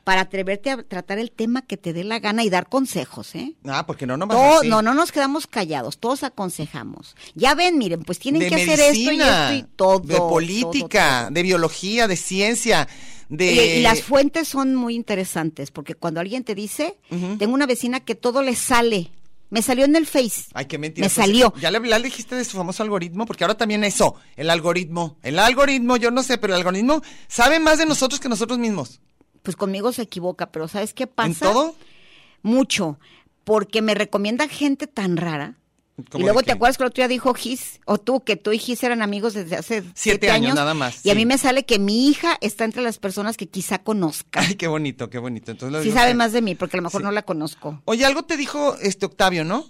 [SPEAKER 1] para atreverte a tratar el tema que te dé la gana y dar consejos, ¿eh?
[SPEAKER 3] Ah, porque no, nomás
[SPEAKER 1] Todo-
[SPEAKER 3] así.
[SPEAKER 1] no, no nos quedamos callados, todos aconsejamos. Ya ven, miren, pues tienen
[SPEAKER 3] de
[SPEAKER 1] que
[SPEAKER 3] medicina,
[SPEAKER 1] hacer esto y esto y todo.
[SPEAKER 3] de política,
[SPEAKER 1] todo, todo.
[SPEAKER 3] de biología, de ciencia, de
[SPEAKER 1] Y, y las fuentes son muy interesantes, porque cuando alguien te dice,
[SPEAKER 3] Ujú.
[SPEAKER 1] tengo una vecina que todo le sale, me salió en el Face.
[SPEAKER 3] Ay, qué mentira.
[SPEAKER 1] Me
[SPEAKER 3] pues,
[SPEAKER 1] salió.
[SPEAKER 3] Ya le, ya le dijiste de su famoso algoritmo, porque ahora también eso, el algoritmo. El algoritmo, yo no sé, pero el algoritmo sabe más de nosotros que nosotros mismos.
[SPEAKER 1] Pues conmigo se equivoca, pero ¿sabes qué pasa?
[SPEAKER 3] ¿En todo?
[SPEAKER 1] Mucho, porque me recomienda gente tan rara. Y
[SPEAKER 3] ¿Cómo
[SPEAKER 1] luego
[SPEAKER 3] de
[SPEAKER 1] te
[SPEAKER 3] qué?
[SPEAKER 1] acuerdas que el otro día dijo Gis, o tú, que tú y Gis eran amigos desde hace siete,
[SPEAKER 3] años, nada más,
[SPEAKER 1] Y a
[SPEAKER 3] sí.
[SPEAKER 1] mí me sale que mi hija está entre las personas que quizá conozca.
[SPEAKER 3] Ay, qué bonito, qué bonito. Entonces,
[SPEAKER 1] sí
[SPEAKER 3] no
[SPEAKER 1] sabe
[SPEAKER 3] sé.
[SPEAKER 1] más de mí, porque a lo mejor
[SPEAKER 3] Sí.
[SPEAKER 1] no la conozco.
[SPEAKER 3] Oye, algo te dijo este Octavio, ¿no?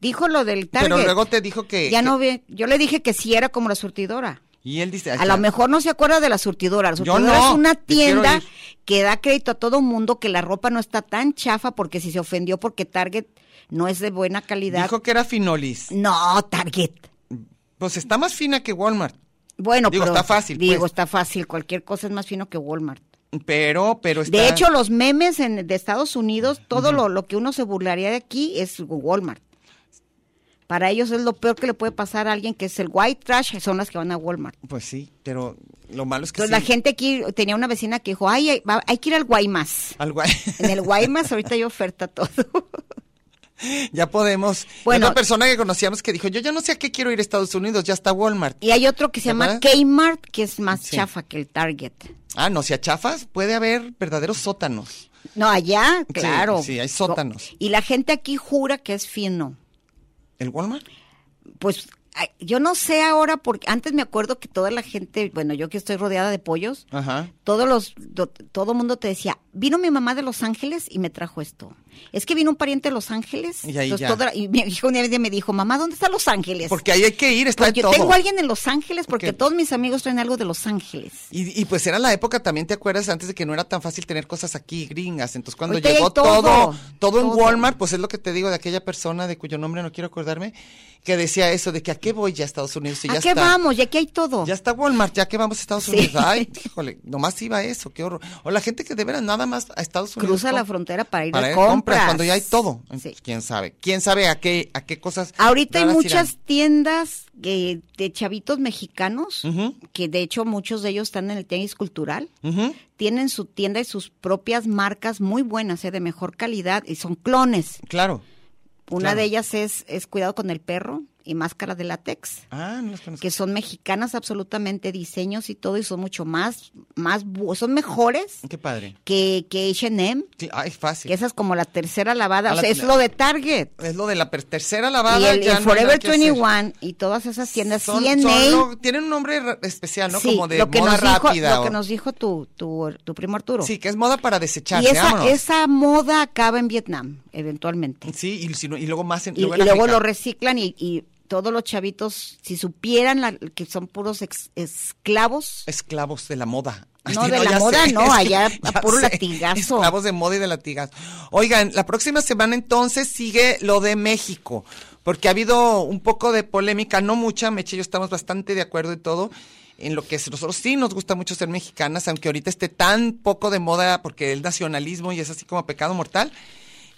[SPEAKER 1] Dijo lo del target.
[SPEAKER 3] Pero luego te dijo que.
[SPEAKER 1] ya
[SPEAKER 3] que-
[SPEAKER 1] no ve. Yo le dije que sí era como la surtidora.
[SPEAKER 3] Y él dice. ay,
[SPEAKER 1] A lo
[SPEAKER 3] claro.
[SPEAKER 1] mejor no se acuerda de la surtidora. La
[SPEAKER 3] Yo
[SPEAKER 1] surtidora
[SPEAKER 3] no,
[SPEAKER 1] es una
[SPEAKER 3] yo quiero
[SPEAKER 1] tienda
[SPEAKER 3] ir.
[SPEAKER 1] que da crédito a todo mundo que la ropa no está tan chafa porque si se ofendió porque Target no es de buena calidad.
[SPEAKER 3] Dijo que era Finolis.
[SPEAKER 1] No, Target.
[SPEAKER 3] Pues está más fina que Walmart.
[SPEAKER 1] Bueno,
[SPEAKER 3] Digo,
[SPEAKER 1] pero-
[SPEAKER 3] está fácil,
[SPEAKER 1] Digo,
[SPEAKER 3] pues.
[SPEAKER 1] está fácil. Cualquier cosa es más fino que Walmart.
[SPEAKER 3] Pero, pero Pues está.
[SPEAKER 1] De hecho, los memes en, de Estados Unidos, todo lo, lo que uno se burlaría de aquí es Walmart. Para ellos es lo peor que le puede pasar a alguien que es el white trash, son las que van a Walmart.
[SPEAKER 3] Pues sí, pero lo malo es que.
[SPEAKER 1] Entonces
[SPEAKER 3] sí.
[SPEAKER 1] la gente aquí tenía una vecina que dijo, ay, hay, va- hay que ir al Guaymas.
[SPEAKER 3] Algo
[SPEAKER 1] En el Guaymas ahorita hay oferta todo.
[SPEAKER 3] ya podemos.
[SPEAKER 1] Bueno.
[SPEAKER 3] Bueno, una persona que conocíamos que dijo, yo ya no sé a qué quiero ir a Estados Unidos, ya está Walmart.
[SPEAKER 1] Y hay otro que se llama
[SPEAKER 3] ¿Verdad?
[SPEAKER 1] Kmart, que es más
[SPEAKER 3] Sí.
[SPEAKER 1] chafa que el Target.
[SPEAKER 3] Ah, no, si achafas, puede haber verdaderos sótanos.
[SPEAKER 1] No, allá,
[SPEAKER 3] Sí,
[SPEAKER 1] claro.
[SPEAKER 3] sí, hay sótanos.
[SPEAKER 1] Y la gente aquí jura que es fino.
[SPEAKER 3] ¿El Walmart?
[SPEAKER 1] Pues ay, yo no sé ahora, porque antes me acuerdo que toda la gente, bueno, yo que estoy rodeada de pollos,
[SPEAKER 3] Ajá.
[SPEAKER 1] todos los, do- todo mundo te decía, vino mi mamá de Los Ángeles y me trajo esto. Es que vino un pariente de Los Ángeles.
[SPEAKER 3] Y ahí ya.
[SPEAKER 1] Entonces, toda- y mi hijo un día me dijo, mamá, ¿dónde está Los Ángeles?
[SPEAKER 3] Porque ahí hay que ir, está
[SPEAKER 1] Porque
[SPEAKER 3] de todo.
[SPEAKER 1] tengo a alguien en Los Ángeles porque
[SPEAKER 3] Porque-
[SPEAKER 1] todos mis amigos traen algo de Los Ángeles.
[SPEAKER 3] Y, y pues era la época, también te acuerdas, antes de que no era tan fácil tener cosas aquí gringas. Entonces cuando
[SPEAKER 1] Ahorita ya
[SPEAKER 3] llegó
[SPEAKER 1] hay todo,
[SPEAKER 3] todo, todo, en
[SPEAKER 1] todo.
[SPEAKER 3] Walmart, pues es lo que te digo de aquella persona de cuyo nombre no quiero acordarme, que decía eso, de que a qué voy ya a Estados Unidos. Si
[SPEAKER 1] ¿A
[SPEAKER 3] ya
[SPEAKER 1] qué
[SPEAKER 3] está,
[SPEAKER 1] vamos? Y aquí hay todo.
[SPEAKER 3] Ya está Walmart, ya que vamos a Estados
[SPEAKER 1] Sí.
[SPEAKER 3] Unidos. Ay, híjole, nomás iba eso, qué horror. O la gente que de veras nada más a Estados Unidos.
[SPEAKER 1] Cruza la
[SPEAKER 3] com-
[SPEAKER 1] frontera para ir
[SPEAKER 3] para
[SPEAKER 1] a
[SPEAKER 3] ir a
[SPEAKER 1] compras.
[SPEAKER 3] compras, cuando ya hay todo.
[SPEAKER 1] Sí.
[SPEAKER 3] ¿Quién sabe? ¿Quién sabe a qué, a qué cosas?
[SPEAKER 1] Ahorita hay
[SPEAKER 3] raras
[SPEAKER 1] muchas
[SPEAKER 3] irán?
[SPEAKER 1] tiendas que- de chavitos mexicanos,
[SPEAKER 3] Ujú.
[SPEAKER 1] que de hecho muchos de ellos están en el tianguis cultural.
[SPEAKER 3] Ujú.
[SPEAKER 1] Tienen su tienda y sus propias marcas muy buenas, eh, de mejor calidad, y son clones.
[SPEAKER 3] Claro.
[SPEAKER 1] Una
[SPEAKER 3] Claro.
[SPEAKER 1] de ellas es, es Cuidado con el Perro y Máscara de Látex.
[SPEAKER 3] Ah, no las conozco.
[SPEAKER 1] que son mexicanas absolutamente diseños y todo y son mucho más más bu- son mejores
[SPEAKER 3] Qué padre.
[SPEAKER 1] que que H&M
[SPEAKER 3] Sí, Ay, fácil.
[SPEAKER 1] que esa es como la tercera lavada
[SPEAKER 3] A
[SPEAKER 1] o
[SPEAKER 3] la-
[SPEAKER 1] sea, es lo de Target
[SPEAKER 3] Es lo de la per- tercera
[SPEAKER 1] y
[SPEAKER 3] lavada. ya
[SPEAKER 1] el, el
[SPEAKER 3] no hay nada
[SPEAKER 1] Forever
[SPEAKER 3] que hacer.
[SPEAKER 1] 21 y todas esas tiendas
[SPEAKER 3] Son-
[SPEAKER 1] C&A
[SPEAKER 3] son lo- tienen un nombre ra- especial, ¿no?
[SPEAKER 1] sí,
[SPEAKER 3] Como de
[SPEAKER 1] lo que
[SPEAKER 3] moda
[SPEAKER 1] nos dijo
[SPEAKER 3] rápida.
[SPEAKER 1] lo que
[SPEAKER 3] o-
[SPEAKER 1] nos dijo tu tu, tu primo Arturo
[SPEAKER 3] Sí, que es moda para desechar.
[SPEAKER 1] y esa esa moda acaba en Vietnam eventualmente
[SPEAKER 3] Sí, y, si no- y luego más en,
[SPEAKER 1] y y
[SPEAKER 3] en
[SPEAKER 1] luego,
[SPEAKER 3] África.
[SPEAKER 1] lo reciclan y, y todos los chavitos si supieran la- que son puros ex- esclavos
[SPEAKER 3] Esclavos de la moda.
[SPEAKER 1] No, de la
[SPEAKER 3] ya
[SPEAKER 1] moda no,
[SPEAKER 3] es que-
[SPEAKER 1] allá a
[SPEAKER 3] ya
[SPEAKER 1] puro
[SPEAKER 3] sé.
[SPEAKER 1] latigazo.
[SPEAKER 3] Esclavos de moda y de latigazo. Oigan, la próxima semana entonces sigue lo de México, porque ha habido un poco de polémica, no mucha, Meche y yo estamos bastante de acuerdo y todo, en lo que es- nosotros sí nos gusta mucho ser mexicanas, aunque ahorita esté tan poco de moda porque el nacionalismo y es así como pecado mortal.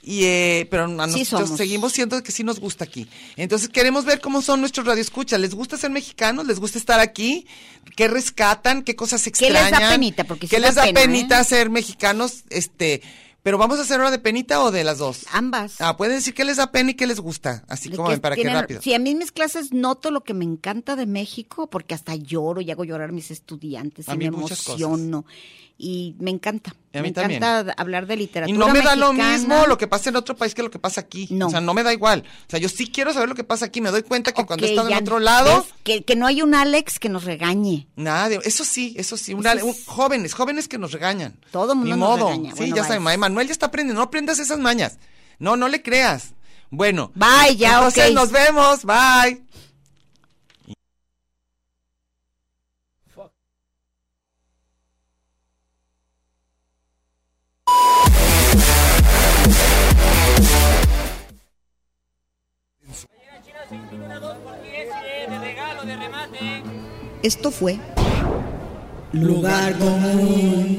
[SPEAKER 3] Y, eh, pero a nosotros
[SPEAKER 1] somos.
[SPEAKER 3] seguimos siendo que sí nos gusta aquí. Entonces queremos ver cómo son nuestros radioescuchas. ¿Les gusta ser mexicanos? ¿Les gusta estar aquí? ¿Qué rescatan? ¿Qué cosas
[SPEAKER 1] ¿Qué les da
[SPEAKER 3] extrañan?
[SPEAKER 1] penita? Porque sí
[SPEAKER 3] ¿Qué
[SPEAKER 1] da
[SPEAKER 3] les da
[SPEAKER 1] pena,
[SPEAKER 3] penita
[SPEAKER 1] ¿eh?
[SPEAKER 3] ser mexicanos? Este, pero vamos a hacer hora de penita o de las dos.
[SPEAKER 1] ambas
[SPEAKER 3] Ah, pueden decir qué les da pena y qué les gusta. Así
[SPEAKER 1] De
[SPEAKER 3] como
[SPEAKER 1] que
[SPEAKER 3] ven, para
[SPEAKER 1] tienen-
[SPEAKER 3] que rápido.
[SPEAKER 1] Sí, a mí en mis clases noto lo que me encanta de México, porque hasta lloro y hago llorar a mis estudiantes
[SPEAKER 3] A
[SPEAKER 1] y me
[SPEAKER 3] mí muchas cosas.
[SPEAKER 1] emociono. Y me encanta.
[SPEAKER 3] Y a mí
[SPEAKER 1] me
[SPEAKER 3] también.
[SPEAKER 1] encanta hablar de literatura.
[SPEAKER 3] Y no me da lo
[SPEAKER 1] mexicana.
[SPEAKER 3] mismo lo que pasa en otro país que lo que pasa aquí.
[SPEAKER 1] No.
[SPEAKER 3] O sea, no me da igual. O sea, yo sí quiero saber lo que pasa aquí. Me doy cuenta que cuando he
[SPEAKER 1] Ok,
[SPEAKER 3] estado
[SPEAKER 1] ya,
[SPEAKER 3] en otro lado.
[SPEAKER 1] ¿ves? Que, que no hay un Alex que nos regañe.
[SPEAKER 3] Nada, de- eso sí, eso sí. un
[SPEAKER 1] Eso
[SPEAKER 3] ale-
[SPEAKER 1] es-
[SPEAKER 3] un- jóvenes, jóvenes que nos regañan.
[SPEAKER 1] Todo mundo
[SPEAKER 3] Ni
[SPEAKER 1] nos
[SPEAKER 3] modo.
[SPEAKER 1] regaña.
[SPEAKER 3] Sí,
[SPEAKER 1] Bueno,
[SPEAKER 3] ya
[SPEAKER 1] bye.
[SPEAKER 3] saben, Manuel ya está aprendiendo. No aprendas esas mañas. No, no le creas. Bueno.
[SPEAKER 1] Bye, ya,
[SPEAKER 3] Entonces
[SPEAKER 1] ok.
[SPEAKER 3] nos vemos. Bye.
[SPEAKER 8] Esto fue
[SPEAKER 5] Lugar común.